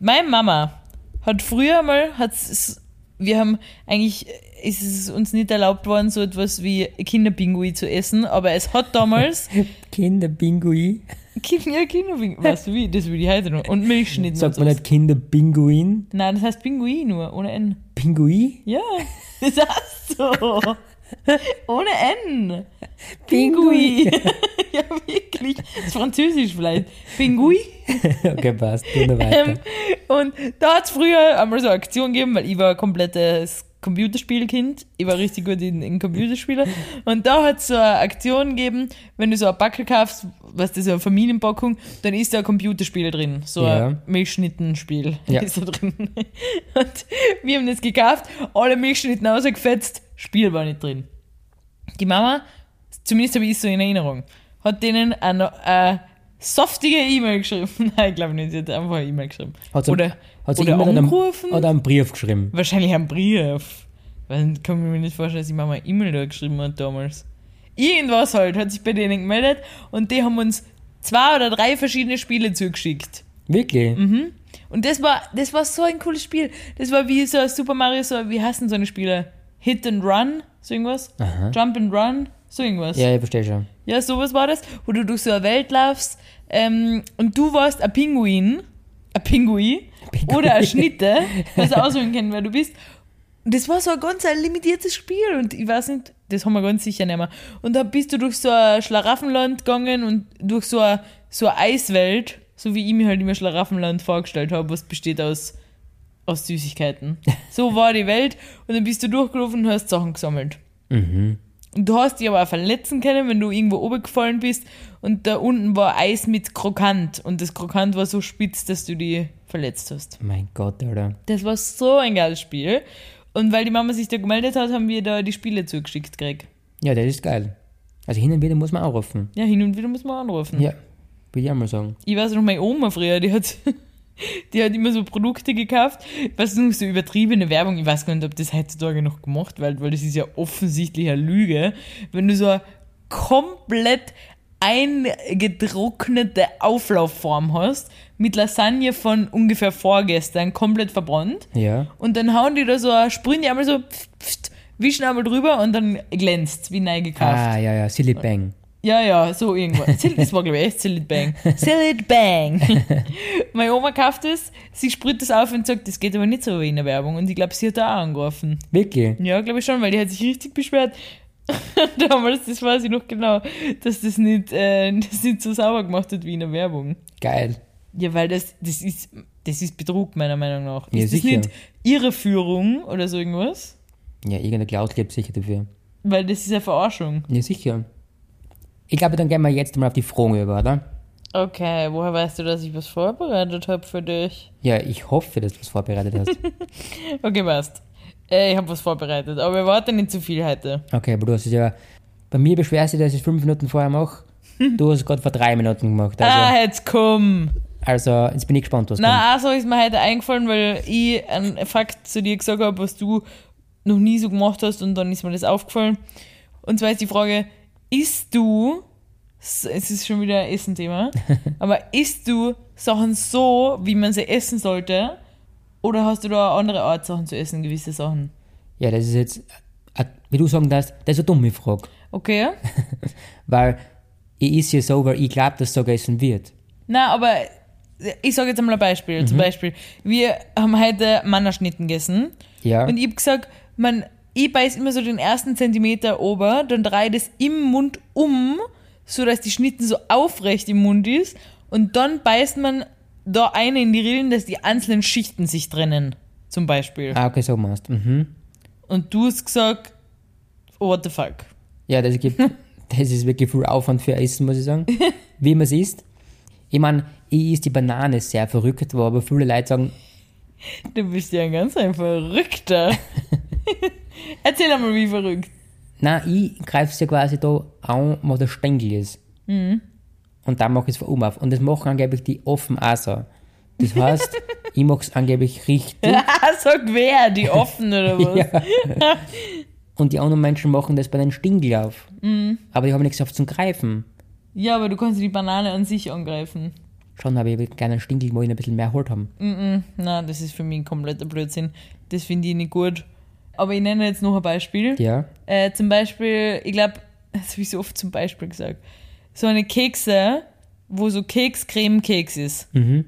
F: Meine Mama hat früher mal, hat's, wir haben eigentlich, äh, ist es uns nicht erlaubt worden, so etwas wie Kinderpingui zu essen, aber es hat damals
E: Kinderpinguin?
F: Kinder, Kinderpingui, weißt du wie, das will ich heute noch. Und Milchschnitten.
E: Sagt
F: und
E: man
F: so.
E: nicht Kinderpinguin?
F: Nein, das heißt Pinguin nur, ohne N.
E: Pinguin?
F: Ja, das heißt so. Ohne N. Pingui. ja, wirklich. Das ist Französisch vielleicht. Pingui.
E: Okay, passt. Tun wir
F: Ähm,
E: weiter.
F: und da hat es früher einmal so eine Aktion gegeben, weil ich war ein komplettes Computerspielkind. Ich war richtig gut in, in Computerspiele. Und da hat es so eine Aktion gegeben, wenn du so eine Backe kaufst, was das so eine Familienpackung, dann ist da ein Computerspiel drin. So ein
E: Ja.
F: Milchschnittenspiel
E: Ja.
F: ist da drin. Und wir haben das gekauft, alle Milchschnitten rausgefetzt, Spiel war nicht drin. Die Mama, zumindest habe ich es so in Erinnerung, hat denen eine, eine softige E-Mail geschrieben. Nein, ich glaube nicht, sie hat einfach eine E-Mail geschrieben.
E: Hat's am-
F: oder
E: Hat sie
F: oder
E: immer einen,
F: angerufen.
E: oder einen Brief geschrieben?
F: Wahrscheinlich einen Brief. Weil ich kann mir nicht vorstellen, dass die Mama eine E-Mail da geschrieben hat damals. Irgendwas halt, hat sich bei denen gemeldet und die haben uns zwei oder drei verschiedene Spiele zugeschickt.
E: Wirklich?
F: Mhm. Und das war, das war so ein cooles Spiel. Das war wie so ein Super Mario, so, wie heißen so eine Spiele? Hit and Run, so irgendwas?
E: Aha.
F: Jump and Run, so irgendwas.
E: Ja, ich verstehe schon.
F: Ja, sowas war das, wo du durch so eine Welt laufst ähm, und du warst ein Pinguin, ein Pinguin,
E: Pinguin.
F: oder ein Schnitte, dass du auswählen können, wer du bist. Und Das war so ein ganz ein limitiertes Spiel und ich weiß nicht, das haben wir ganz sicher nicht mehr. Und da bist du durch so ein Schlaraffenland gegangen und durch so eine, so eine Eiswelt, so wie ich mir halt immer Schlaraffenland vorgestellt habe, was besteht aus, aus Süßigkeiten. So war die Welt und dann bist du durchgelaufen und hast Sachen gesammelt.
E: Mhm.
F: Und du hast dich aber auch verletzen können, wenn du irgendwo oben gefallen bist und da unten war Eis mit Krokant und das Krokant war so spitz, dass du die verletzt hast.
E: Mein Gott, Alter.
F: Das war so ein geiles Spiel. Und weil die Mama sich da gemeldet hat, haben wir da die Spiele zugeschickt gekriegt.
E: Ja, das ist geil. Also hin und wieder muss man anrufen.
F: Ja, hin und wieder muss man anrufen.
E: Ja, würde ich auch mal sagen.
F: Ich weiß noch, meine Oma früher, die hat, die hat immer so Produkte gekauft, was nur so übertriebene Werbung, ich weiß gar nicht, ob das heutzutage noch gemacht wird, weil das ist ja offensichtlich eine Lüge, wenn du so eine komplett eingetrocknete Auflaufform hast, mit Lasagne von ungefähr vorgestern, komplett verbrannt,
E: Ja.
F: und dann hauen die da so, eine- sprühen die einmal so, pft, pft, wischen einmal drüber und dann glänzt, wie neu gekauft.
E: Ah, ja, ja, Silly Bang.
F: Ja, ja, so irgendwas. Sil- Das war, glaube ich, echt Sillit Bang. Sillit Bang. Meine Oma kauft es, sie sprüht es auf und sagt, das geht aber nicht so wie in der Werbung. Und ich glaube, sie hat da auch angerufen.
E: Wirklich?
F: Ja, glaube ich schon, weil die hat sich richtig beschwert. Damals, das weiß ich noch genau, dass das nicht, äh, das nicht so sauber gemacht hat wie in der Werbung.
E: Geil.
F: Ja, weil das, das ist, das ist Betrug, meiner Meinung nach.
E: Ja,
F: ist das
E: sicher.
F: nicht Irreführung oder so irgendwas?
E: Ja, irgendeine Klaus lebt sicher dafür.
F: Weil das ist ja Verarschung.
E: Ja, sicher. Ich glaube, dann gehen wir jetzt mal auf die Fragen über, oder?
F: Okay, woher weißt du, dass ich was vorbereitet habe für dich?
E: Ja, ich hoffe, dass du was vorbereitet hast.
F: Okay, passt. Äh, ich habe was vorbereitet, aber ich warte nicht zu viel heute.
E: Okay, aber du hast es ja. Bei mir beschwerst du, dass ich es fünf Minuten vorher mache. Du hast es gerade vor drei Minuten gemacht. Also,
F: Hm. Ah, jetzt komm!
E: also jetzt bin ich gespannt, was kommt.
F: Na, also ist mir heute eingefallen, weil ich einen Fakt zu dir gesagt habe, was du noch nie so gemacht hast und dann ist mir das aufgefallen. Und zwar ist die Frage, isst du, es ist schon wieder ein Essen-Thema, aber isst du Sachen so, wie man sie essen sollte? Oder hast du da eine andere Art, Sachen zu essen, gewisse Sachen?
E: Ja, das ist jetzt, äh, wie du sagen darfst, das ist eine dumme Frage.
F: Okay?
E: Weil ich ist ja so, weil ich glaube, dass es so gegessen wird.
F: Na, aber ich sage jetzt einmal ein Beispiel. Zum Beispiel, wir haben heute Mannerschnitten gegessen.
E: Ja.
F: Und ich hab gesagt, man, ich beiß immer so den ersten Zentimeter ober, dann drehe ich das im Mund um, so dass die Schnitten so aufrecht im Mund ist. Und dann beißt man da eine in die Rillen, dass die einzelnen Schichten sich trennen. Zum Beispiel.
E: Ah, okay, so meinst du. Mhm.
F: Und du hast gesagt, what the fuck.
E: Ja, das gibt, das ist wirklich viel Aufwand für Essen, muss ich sagen. Wie man es isst. Ich meine, ich ist die Banane sehr verrückt, wo aber viele Leute sagen,
F: Du bist ja ein ganz ein Verrückter. Erzähl einmal, wie verrückt.
E: na, ich greife es ja quasi da an, wo der Stängel ist. Und dann mache ich es von oben auf. Und das machen angeblich die offen auch so. Das heißt, ich mache es angeblich richtig.
F: Sag wer, die offen oder was?
E: Ja. Und die anderen Menschen machen das bei den Stingel auf. Aber die haben nichts auf zum Greifen.
F: Ja, aber du kannst die Banane an sich angreifen.
E: Schon habe ich einen kleinen Stingel, wo ich ein bisschen mehr Halt Holt haben.
F: Na, das ist für mich ein kompletter Blödsinn. Das finde ich nicht gut. Aber ich nenne jetzt noch ein Beispiel.
E: Ja.
F: Äh, zum Beispiel, ich glaube, das habe ich so oft zum Beispiel gesagt. So eine Kekse, wo so Keks, Creme, Keks ist.
E: Mhm.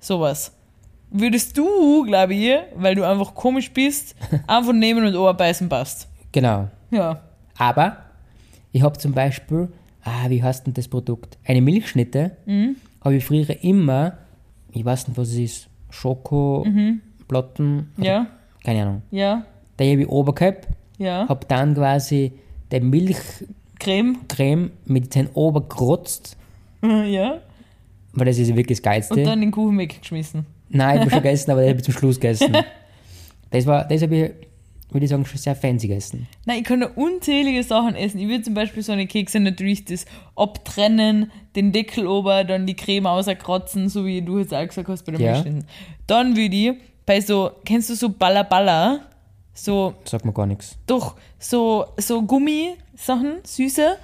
F: Sowas. Würdest du, glaube ich, weil du einfach komisch bist, einfach nehmen und oberbeißen passt.
E: Genau.
F: Ja.
E: Aber ich habe zum Beispiel, ah, wie heißt denn das Produkt? Eine Milchschnitte
F: Mhm.
E: habe ich früher immer, ich weiß nicht, was es ist, Schoko, Platten,
F: Mhm. Ja,
E: keine Ahnung.
F: ja,
E: Da habe ich obergehabt,
F: ja.
E: habe dann quasi die Milchcreme
F: Creme,
E: mit den obergerotzt,
F: ja.
E: weil das ist ja wirklich das Geilste.
F: Und dann den Kuchen weggeschmissen.
E: Nein, ich habe schon gegessen, aber das habe ich zum Schluss gegessen. Das, war- das habe ich, würde ich sagen, schon sehr fancy gegessen.
F: Nein, ich kann da unzählige Sachen essen. Ich würde zum Beispiel so eine Kekse natürlich das abtrennen, den Deckel ober, dann die Creme auserkratzen, so wie du jetzt auch gesagt hast bei den
E: Ja.
F: Milchschnitten. Dann würde ich bei so, kennst du so Balla Balla? So,
E: Sagt mir gar nichts.
F: doch, so, so Gummisachen, süße,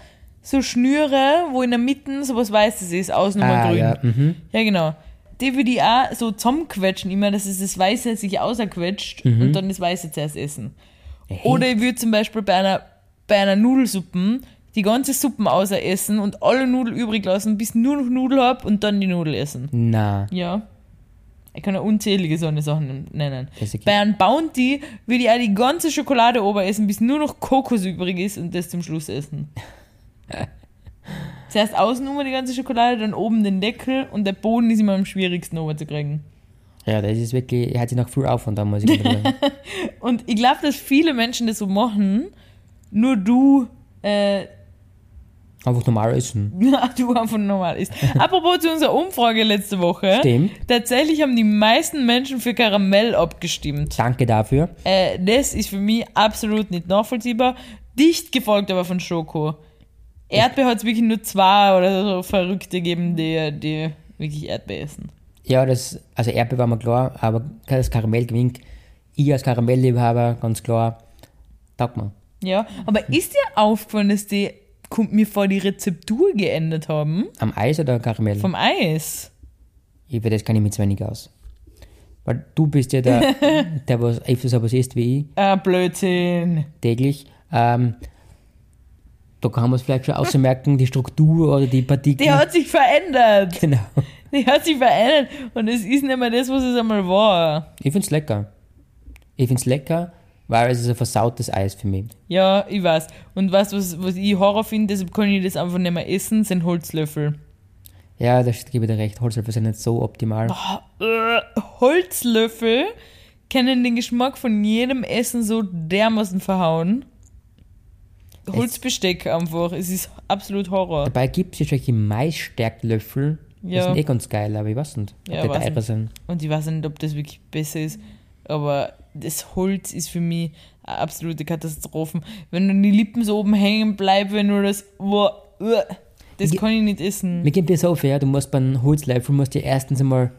F: so Schnüre, wo in der Mitte sowas Weißes ist, außen immer
E: Ah,
F: grün.
E: ja, mhm.
F: Ja, genau. Die würde ich auch so zusammenquetschen, immer, dass es das Weiße sich außerquetscht
E: Mhm.
F: und dann das Weiße zuerst essen. Oder ich würde zum Beispiel bei einer, bei einer Nudelsuppe die ganze Suppe außer essen und alle Nudeln übrig lassen, bis nur noch Nudel hab und dann die Nudel essen.
E: Na,
F: Ja. Ich kann ja unzählige so eine Sachen nennen.
E: Das ist
F: Bei einem Bounty würde ich auch die ganze Schokolade ober essen, bis nur noch Kokos übrig ist und das zum Schluss essen. Zuerst außen um die ganze Schokolade, dann oben den Deckel und der Boden ist immer am schwierigsten oben zu kriegen.
E: ja, das ist wirklich, er hat sich noch viel Aufwand an, muss ich sagen.
F: Und ich glaube, dass viele Menschen das so machen, nur du, äh,
E: Einfach normal essen.
F: du einfach normal isst. Apropos zu unserer Umfrage letzte Woche.
E: Stimmt.
F: Tatsächlich haben die meisten Menschen für Karamell abgestimmt.
E: Danke dafür.
F: Äh, das ist für mich absolut nicht nachvollziehbar. Dicht gefolgt aber von Schoko. Erdbeer hat es wirklich nur zwei oder so Verrückte gegeben, die, die wirklich Erdbeer essen.
E: Ja, das, also Erdbeer war mir klar, aber das Karamell gewinnt. Ich als Karamellliebhaber, ganz klar, taugt mir.
F: Ja, aber ist dir aufgefallen, dass die, kommt mir vor, die Rezeptur geändert haben?
E: Am Eis oder Karamell?
F: Vom Eis.
E: ich, weil das kann ich mit zwei nicht aus. Weil du bist ja der, der was öfters was isst wie ich.
F: Ah, Blödsinn.
E: täglich. Ähm, da kann man es vielleicht schon ausmerken, die Struktur oder die Partikel.
F: Die hat sich verändert.
E: genau.
F: Die hat sich verändert. Und es ist nicht mehr das, was es einmal war.
E: Ich finde es lecker. Ich finde es lecker, weil es ist ein versautes Eis für mich.
F: Ja, ich weiß. Und weißt du, was, was ich Horror finde? Deshalb kann ich das einfach nicht mehr essen, sind Holzlöffel.
E: Ja, da gebe ich dir recht. Holzlöffel sind nicht so optimal.
F: äh, Holzlöffel können den Geschmack von jedem Essen so dermaßen verhauen. Holzbesteck einfach. Es ist absolut Horror.
E: Dabei gibt es ja solche Maisstärklöffel.
F: Ja.
E: Die sind eh ganz geil, aber ich weiß nicht, ob
F: Ja,
E: die
F: weiß
E: teurer
F: nicht.
E: sind.
F: Und ich weiß nicht, ob das wirklich besser ist, aber das Holz ist für mich eine absolute Katastrophe. Wenn dann die Lippen so oben hängen bleiben, wenn nur das. uah, uah, Das
E: Ge-
F: kann ich nicht essen.
E: Mir gibt es auf, ja, du musst beim Holzlöffel musst du erstens einmal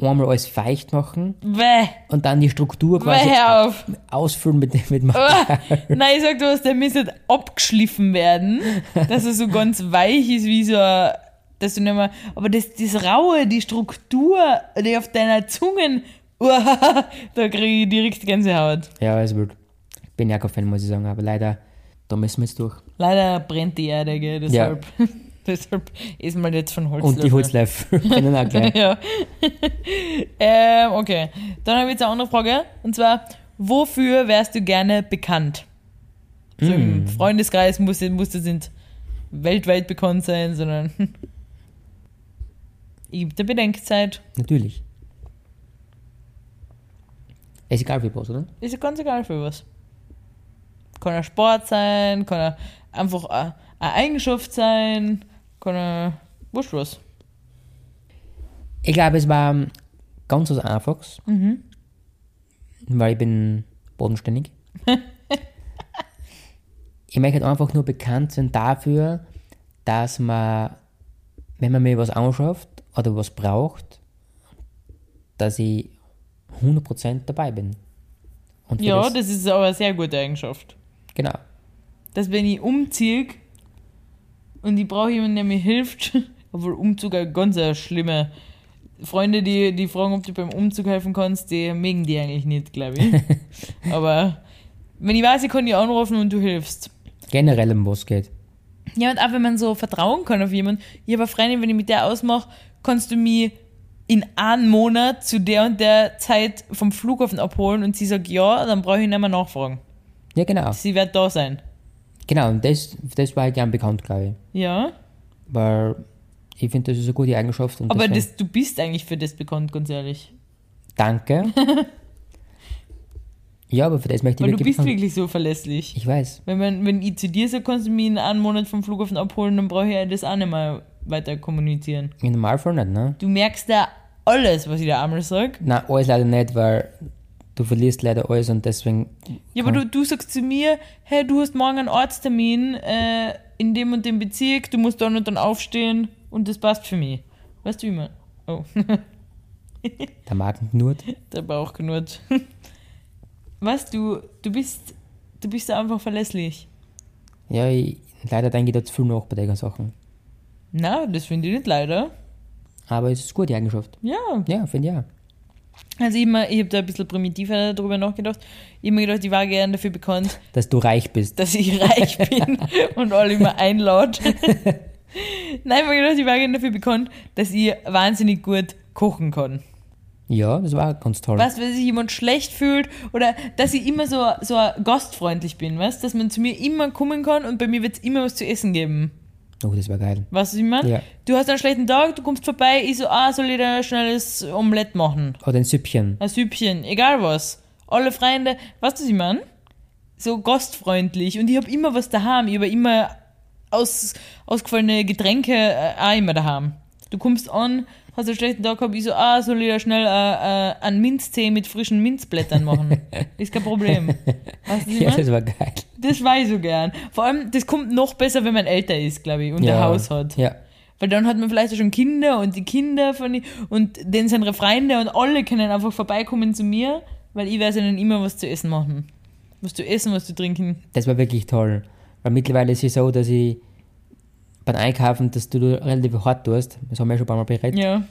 E: einmal alles feucht machen
F: Bäh,
E: und dann die Struktur
F: bäh,
E: quasi
F: hör auf.
E: ausfüllen mit, mit Material.
F: Nein, ich sag du was, der müsste abgeschliffen werden, dass er so ganz weich ist, wie so ein- dass du nicht mehr, aber das, das Raue, die Struktur, die auf deiner Zunge, uah, da kriege ich direkt Gänsehaut.
E: Ja, es wird. Ich bin ja kein Fan, muss ich sagen, aber leider, da müssen wir jetzt durch.
F: Leider brennt die Erde, gell, deshalb, deshalb essen wir jetzt von Holz.
E: Und die Holzlöffel können auch gleich.
F: Ja. ähm, okay. Dann habe ich jetzt eine andere Frage. Und zwar, wofür wärst du gerne bekannt? So im
E: Hm.
F: Freundeskreis muss, muss das nicht weltweit bekannt sein, sondern ich gebe dir Bedenkzeit.
E: Natürlich. Ist egal wie Boss, oder?
F: Ist ja ganz egal für was. Kann ein Sport sein, kann ein- einfach eine eine Eigenschaft sein, kann ein wurscht was.
E: Ich glaube, es war ähm, ganz was Einfaches,
F: Mhm.
E: weil ich bin bodenständig. ich möchte einfach nur bekannt sein dafür, dass man, wenn man mir was anschafft oder was braucht, dass ich 100% dabei bin. Und für
F: Ja,
E: das-
F: das ist aber eine sehr gute Eigenschaft.
E: genau.
F: dass wenn ich umziehe und ich brauche jemanden, der mir hilft, obwohl Umzug ein ganz ein schlimmer. Freunde, die, die fragen, ob du beim Umzug helfen kannst, die mögen die eigentlich nicht, glaube ich. Aber wenn ich weiß, ich kann die anrufen und du hilfst.
E: Generell um was geht.
F: Ja, und auch wenn man so vertrauen kann auf jemanden. Ich habe eine Freundin, wenn ich mit der ausmache, kannst du mich in einem Monat zu der und der Zeit vom Flughafen abholen und sie sagt ja, dann brauche ich nicht mehr nachfragen.
E: Ja, genau.
F: Sie wird da sein.
E: Genau, und das, das war ich gern bekannt, glaube ich.
F: Ja.
E: Weil ich finde, das ist eine gute Eigenschaft. Und
F: Aber
E: deswegen-
F: das, du bist eigentlich für das bekannt, ganz ehrlich.
E: Danke. ja, aber für das möchte ich
F: Weil du bist
E: bekannt-
F: wirklich so verlässlich.
E: Ich weiß.
F: Wenn, man, wenn ich zu dir sage, kannst du mich in einem Monat vom Flughafen abholen, dann brauche ich ja das auch nicht mal weiter kommunizieren.
E: Im Normalfall nicht, ne?
F: Du merkst da alles, was ich da einmal sage.
E: Nein, alles leider nicht, weil du verlierst leider alles und deswegen.
F: Ja, aber du, du sagst zu mir, hey, du hast morgen einen Ortstermin äh, in dem und dem Bezirk, du musst dann und dann aufstehen und das passt für mich. Weißt du, wie man... Oh,
E: Der Magen knurrt.
F: der Bauch knurrt. Weißt du, du bist, du bist da einfach verlässlich.
E: Ja, ich, leider denke ich da zu viel nach bei den ganzen Sachen.
F: Na, das finde ich nicht leider.
E: Aber es ist gut, die Eigenschaft.
F: Ja,
E: Ja, finde ich auch.
F: also ich, hab mir- ich habe da ein bisschen primitiver darüber nachgedacht. Ich habe mir gedacht, ich war gerne dafür bekannt,
E: Dass du reich bist.
F: dass ich reich bin und alle immer einlaut. Nein, ich habe mir gedacht, ich war gerne dafür bekannt, dass ich wahnsinnig gut kochen kann.
E: Ja, das war ganz toll.
F: Was, wenn sich jemand schlecht fühlt oder dass ich immer so, so gastfreundlich bin, weißt Dass man zu mir immer kommen kann und bei mir wird es immer was zu essen geben.
E: Oh, das war geil.
F: Weißt du, was ich meine?
E: Ja.
F: Du hast einen schlechten Tag, du kommst vorbei, ich so, ah, soll ich dir ein schnelles Omelett machen?
E: Oder ein Süppchen.
F: ein Süppchen, egal was. Alle Freunde, weißt du, was ich meine? So gastfreundlich. Und ich habe immer was daheim. Ich habe immer aus, ausgefallene Getränke äh, auch immer daheim. Du kommst an, hast einen schlechten Tag gehabt, ich so, ah, soll ich ja schnell äh, äh, einen Minztee mit frischen Minzblättern machen. Ist kein Problem. Weißt du, was ich
E: Ja,
F: meine?
E: das war geil.
F: Das weiß ich so gern. Vor allem, das kommt noch besser, wenn man älter ist, glaube ich, und
E: ja.
F: ein Haus hat.
E: Ja.
F: Weil dann hat man vielleicht auch schon Kinder und die Kinder von die, und denen sind ihre Freunde und alle können einfach vorbeikommen zu mir, weil ich werde ihnen immer was zu essen machen. Was zu essen, was zu trinken.
E: Das war wirklich toll. Weil mittlerweile ist es so, dass ich beim Einkaufen, dass du relativ hart tust. Das haben wir ja schon ein paar Mal berät.
F: Ja.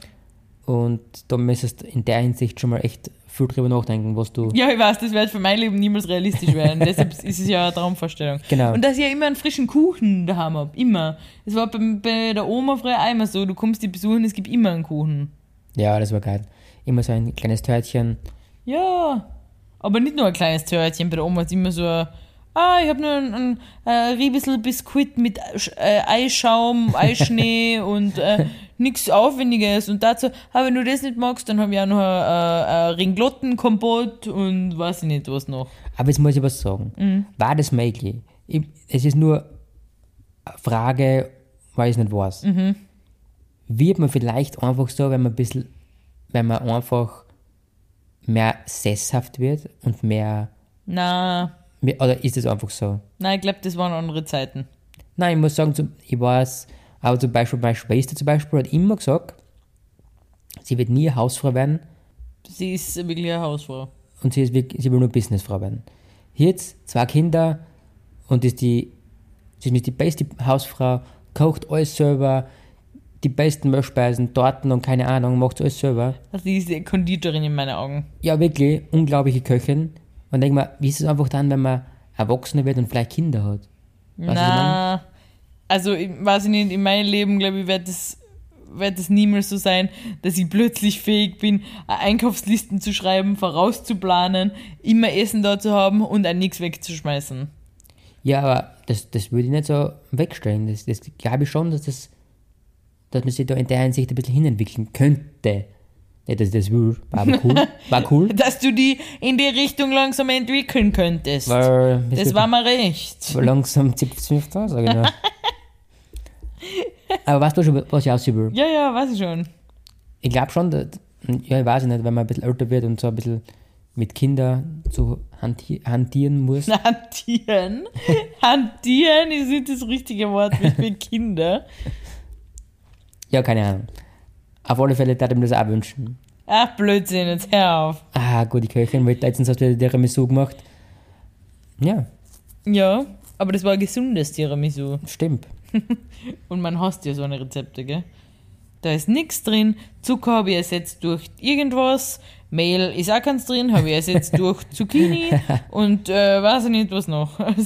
E: Und da müsstest du in der Hinsicht schon mal echt viel drüber nachdenken, was du.
F: Ja, ich weiß, das wird für mein Leben niemals realistisch werden. Deshalb ist es ja eine Traumvorstellung.
E: Genau.
F: Und dass ich ja immer einen frischen Kuchen daheim habe. Immer. Es war bei, bei der Oma früher auch immer so, du kommst die besuchen, es gibt immer einen Kuchen.
E: Ja, das war geil. Immer so ein kleines Törtchen.
F: Ja, aber nicht nur ein kleines Törtchen. Bei der Oma ist immer so, ein, ah, ich habe nur ein, ein, ein Riebissel Biskuit mit Sch- äh, Eischaum, Eischnee und äh, nichts Aufwendiges. Und dazu, ah, wenn du das nicht magst, dann habe ich auch noch ein, äh, ein Ringlottenkompott und weiß ich nicht, was noch. Mhm.
E: Aber jetzt muss ich was sagen. War das möglich? Ich, es ist nur eine Frage, weil ich es nicht weiß.
F: Mhm.
E: Wird man vielleicht einfach so, wenn man ein bisschen, wenn man einfach mehr sesshaft wird und mehr,
F: Na,
E: mehr oder ist es einfach so?
F: na, ich glaube, das waren andere Zeiten.
E: Nein, ich muss sagen, zum- ich weiß, aber zum Beispiel meine Schwester zum Beispiel hat immer gesagt, sie wird nie Hausfrau werden
F: Sie ist wirklich eine Hausfrau.
E: und sie, ist wirklich, sie will nur Businessfrau werden. Jetzt zwei Kinder und ist die, sie ist die beste Hausfrau, kocht alles selber, die besten Möschspeisen, Torten und keine Ahnung, macht alles selber.
F: Sie ist die Konditorin in meinen Augen.
E: Ja, wirklich, unglaubliche Köchin. Und denk mal, wie ist es einfach dann, wenn man Erwachsener wird und vielleicht Kinder hat? Weißt du, was ich
F: Na, also ich weiß ich nicht, in meinem Leben, glaube ich, wird das, wird das niemals so sein, dass ich plötzlich fähig bin, Einkaufslisten zu schreiben, vorauszuplanen, immer Essen da zu haben und an nichts wegzuschmeißen.
E: Ja, aber das, das würde ich nicht so wegstellen. Das, das glaube ich schon, dass, das, dass man sich da in der Hinsicht ein bisschen hinentwickeln könnte. Nicht, dass ich das will, war aber cool. War cool.
F: Dass du die in die Richtung langsam entwickeln könntest.
E: Weil es
F: das
E: wird
F: war mal recht.
E: langsam zipft es mich da, sag ich nur. Aber weißt du schon, was ich aussehen will?
F: Ja, ja, weiß ich schon.
E: Ich glaube schon, dass, ja, ich weiß nicht, wenn man ein bisschen älter wird und so ein bisschen mit Kindern zu hanti hantieren muss.
F: Hantieren. Hantieren ist nicht das richtige Wort für Kinder.
E: Ja, keine Ahnung. Auf alle Fälle darf ich mir das auch wünschen.
F: Ach, Blödsinn, jetzt hör auf.
E: Ah, gut, die Köchin, weil letztens hast du wieder Tiramisu gemacht. Ja,
F: Ja, aber das war ein gesundes Tiramisu.
E: stimmt.
F: Und man hasst ja so eine Rezepte, gell? Da ist nichts drin. Zucker habe ich ersetzt durch irgendwas. Mehl ist auch keins drin, habe ich ersetzt durch Zucchini und äh, weiß ich nicht, was noch. Also-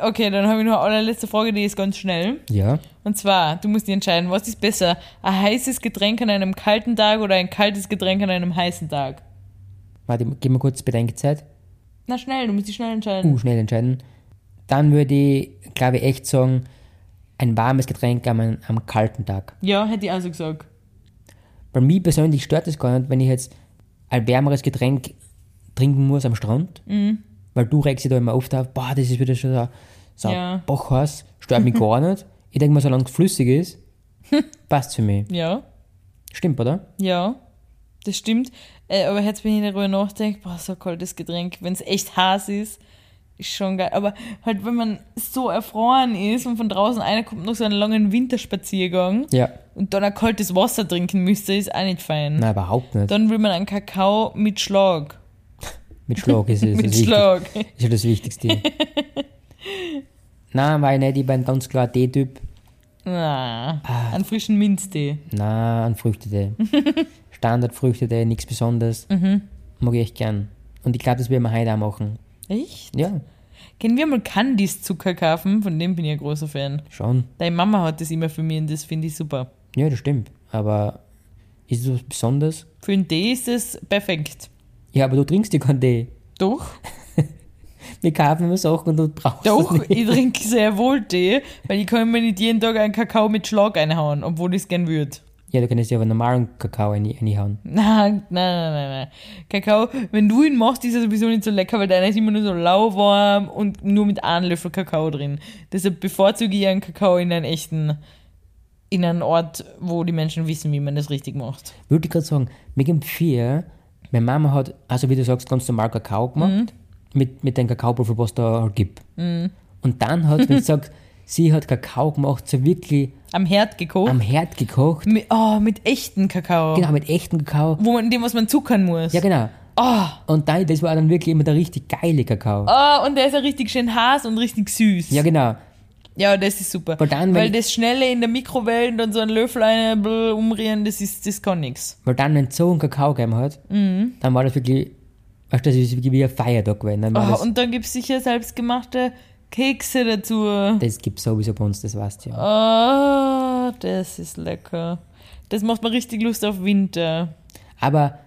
F: okay, dann habe ich noch eine allerletzte Frage, die ist ganz schnell.
E: Ja.
F: Und zwar, du musst dir entscheiden, was ist besser? Ein heißes Getränk an einem kalten Tag oder ein kaltes Getränk an einem heißen Tag?
E: Warte, gib mir kurz Bedenkzeit.
F: Na schnell, du musst dich schnell entscheiden.
E: Uh, schnell entscheiden. Dann würde ich, glaube ich, echt sagen, ein warmes Getränk am, am kalten Tag.
F: Ja, hätte ich auch so gesagt.
E: Bei mir persönlich stört es gar nicht, wenn ich jetzt ein wärmeres Getränk trinken muss am Strand. Weil du regst dich da immer oft auf, boah, das ist wieder schon so, so
F: Ja.
E: Bochhaus, stört mich gar nicht. Ich denke mal, solange es flüssig ist, passt für mich.
F: Ja,
E: Stimmt, oder?
F: ja, das stimmt. Äh, aber jetzt, wenn ich darüber nachdenke, boah, so ein kaltes Getränk, wenn es echt heiß ist, ist schon geil. Aber halt, wenn man so erfroren ist und von draußen einer kommt noch so einen langen Winterspaziergang
E: Ja.
F: und dann ein kaltes Wasser trinken müsste, ist auch nicht fein.
E: Nein, überhaupt nicht.
F: Dann will man einen Kakao mit Schlag.
E: Mit Schlag ist es.
F: mit
E: das Wichtigste.
F: Schlag.
E: Ist ja das Wichtigste. Nein, weil nicht, ich bin ganz klar Tee-Typ.
F: Na,
E: Ah.
F: einen frischen Minztee.
E: Nein, ein Früchtetee. Standardfrüchtetee, nichts Besonderes.
F: Mhm.
E: Mag ich echt gern. Und ich glaube, das werden wir heute auch machen.
F: Echt?
E: Ja,
F: Können wir mal Candice-Zucker kaufen? Von dem bin ich ein großer Fan.
E: schon.
F: Deine Mama hat das immer für mich und das finde ich super.
E: Ja, das stimmt. Aber ist es was Besonderes?
F: Für einen Tee ist es perfekt.
E: Ja, aber du trinkst ja keinen Tee.
F: Doch,
E: Wir kaufen immer Sachen und du brauchst
F: doch,
E: es nicht.
F: ich trinke sehr wohl Tee, weil ich kann mir nicht jeden Tag einen Kakao mit Schlag einhauen, obwohl ich es gern würde.
E: Ja, du kannst ja aber normalen Kakao rein- reinhauen.
F: Nein, nein, nein, nein, nein. Kakao, wenn du ihn machst, ist er sowieso nicht so lecker, weil deiner ist immer nur so lauwarm und nur mit einem Löffel Kakao drin. Deshalb bevorzuge ich einen Kakao in einen echten, in einen Ort, wo die Menschen wissen, wie man das richtig macht.
E: Würde ich gerade sagen, mir gibt vier. Meine Mama hat, also wie du sagst, ganz normal Kakao gemacht. Mit, mit dem Kakaopulver, was da halt gibt. Und dann hat, wenn sie sagt, sie hat Kakao gemacht, so wirklich
F: Am Herd gekocht.
E: am Herd gekocht.
F: mit, oh, mit echten Kakao.
E: Genau, mit echtem Kakao.
F: Wo man, dem, was man zuckern muss.
E: Ja, genau.
F: oh.
E: Und dann, das war dann wirklich immer der richtig geile Kakao.
F: Oh, und der ist ja richtig schön heiß und richtig süß.
E: Ja, genau.
F: Ja, das ist super.
E: Aber dann, wenn
F: Weil
E: ich-
F: das Schnelle in der Mikrowelle und dann so ein Löffel eine bl- umrühren, das, ist, das kann nix.
E: Weil dann, wenn es so einen Kakao gegeben hat, dann war das wirklich, weißt du, das ist wirklich wie ein Feiertag gewesen. Dann war
F: Oh,
E: das,
F: und dann gibt's sicher selbstgemachte Kekse dazu.
E: das gibt sowieso bei uns, das weißt du ja.
F: Oh, das ist lecker. Das macht mir richtig Lust auf Winter.
E: Aber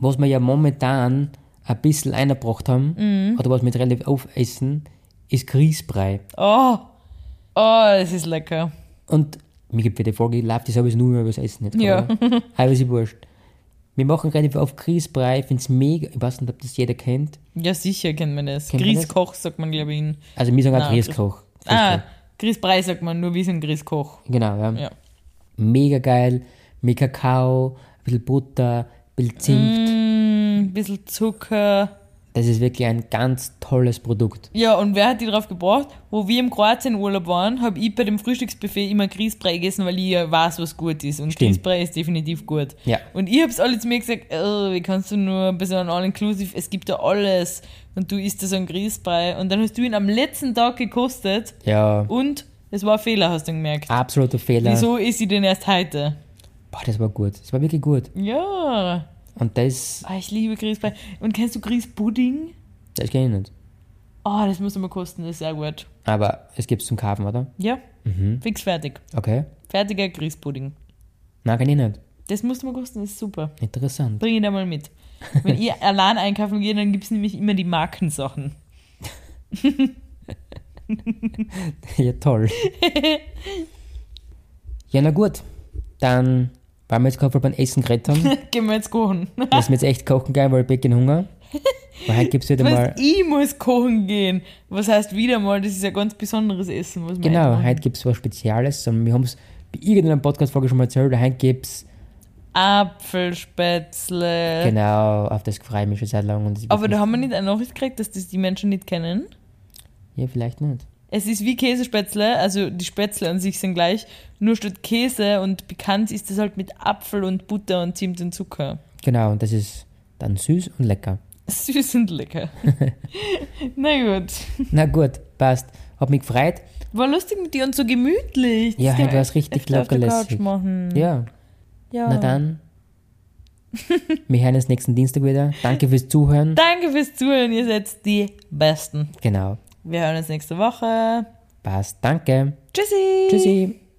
E: was wir ja momentan ein bisschen eingebracht haben,
F: Mhm.
E: oder was wir relativ aufessen, ist Grießbrei.
F: Oh, oh, das ist lecker.
E: Und mir gibt wieder die Frage, läuft das sowieso nur über das Essen nicht?
F: Ja.
E: Aber ist wurscht. Wir machen relativ auf Grießbrei, ich finde es mega, ich weiß nicht, ob das jeder kennt.
F: Ja, sicher kennt man das.
E: Kennt man das?
F: Grießkoch sagt man, glaube ich. In.
E: Also wir sagen auch
F: Nein,
E: Grießkoch.
F: Ah, Grießbrei sagt man, nur wir sind Grießkoch.
E: Genau, ja.
F: Ja.
E: Mega geil, mit Kakao, ein bisschen Butter, ein bisschen Zimt.
F: Mm, ein bisschen Zucker.
E: Das ist wirklich ein ganz tolles Produkt.
F: Ja, und wer hat die drauf gebracht? Wo wir im Kroatien-Urlaub waren, habe ich bei dem Frühstücksbuffet immer Grießbrei gegessen, weil ich ja weiß, was gut ist. Und
E: Stimmt.
F: Grießbrei ist definitiv gut.
E: Ja.
F: Und ich hab's alle zu mir gesagt, oh, wie kannst du nur ein bisschen all-inclusive, es gibt ja alles. Und du isst da so einen Grießbrei. Und dann hast du ihn am letzten Tag gekostet
E: Ja,
F: und es war ein Fehler, hast du gemerkt.
E: absoluter Ah, Fehler.
F: Wieso isst ich den erst heute?
E: Boah, das war gut. Das war wirklich gut.
F: Ja,
E: Und das,
F: ah, ich liebe Grießbrei. Und kennst du Grießpudding?
E: das kenne ich eh nicht.
F: Ah, das musst du mal kosten, das ist sehr gut.
E: Aber es gibt es zum Kaufen, oder?
F: Ja, fix fertig.
E: Okay.
F: Fertiger Grießpudding.
E: Nein, kenne ich nicht.
F: Das musst du mal kosten, das ist super.
E: Interessant.
F: Bring ihn da mal mit. Wenn ihr allein einkaufen geht, dann gibt es nämlich immer die Markensachen.
E: ja, toll. ja, na gut. Dann, weil wir jetzt gerade beim Essen geredet haben,
F: Gehen wir jetzt kochen.
E: lassen wir jetzt echt kochen gehen, weil ich bin Hunger. Weil heute gibt es wieder mal,
F: Was, ich muss kochen gehen. Was heißt wieder mal, das ist ja ganz besonderes Essen, was man
E: genau,
F: echt macht.
E: heute gibt es was Speziales. Und wir haben es bei irgendeiner Podcast-Folge schon mal erzählt, heute gibt es,
F: Apfelspätzle.
E: genau, auf das freue ich mich schon seit langem. und ich-
F: Äh? Aber da haben wir nicht eine Nachricht gekriegt, dass das die Menschen nicht kennen.
E: Ja, vielleicht nicht.
F: Es ist wie Käsespätzle, also die Spätzle an sich sind gleich, nur statt Käse und bekannt ist das halt mit Apfel und Butter und Zimt und Zucker.
E: Genau, und das ist dann süß und lecker.
F: Süß und lecker. Na gut.
E: Na gut, passt. Hat mich gefreut.
F: War lustig mit dir und so gemütlich. Das
E: Ja,
F: können
E: heute
F: wir
E: war's richtig
F: öfter auf der
E: lockerlässig.
F: Couch machen.
E: Ja,
F: Mhm. Ja.
E: na dann. Wir hören uns nächsten Dienstag wieder. Danke fürs Zuhören.
F: Danke fürs Zuhören, ihr seid die Besten.
E: Genau,
F: Wir hören uns nächste Woche.
E: passt. Danke.
F: Tschüssi.
E: Tschüssi.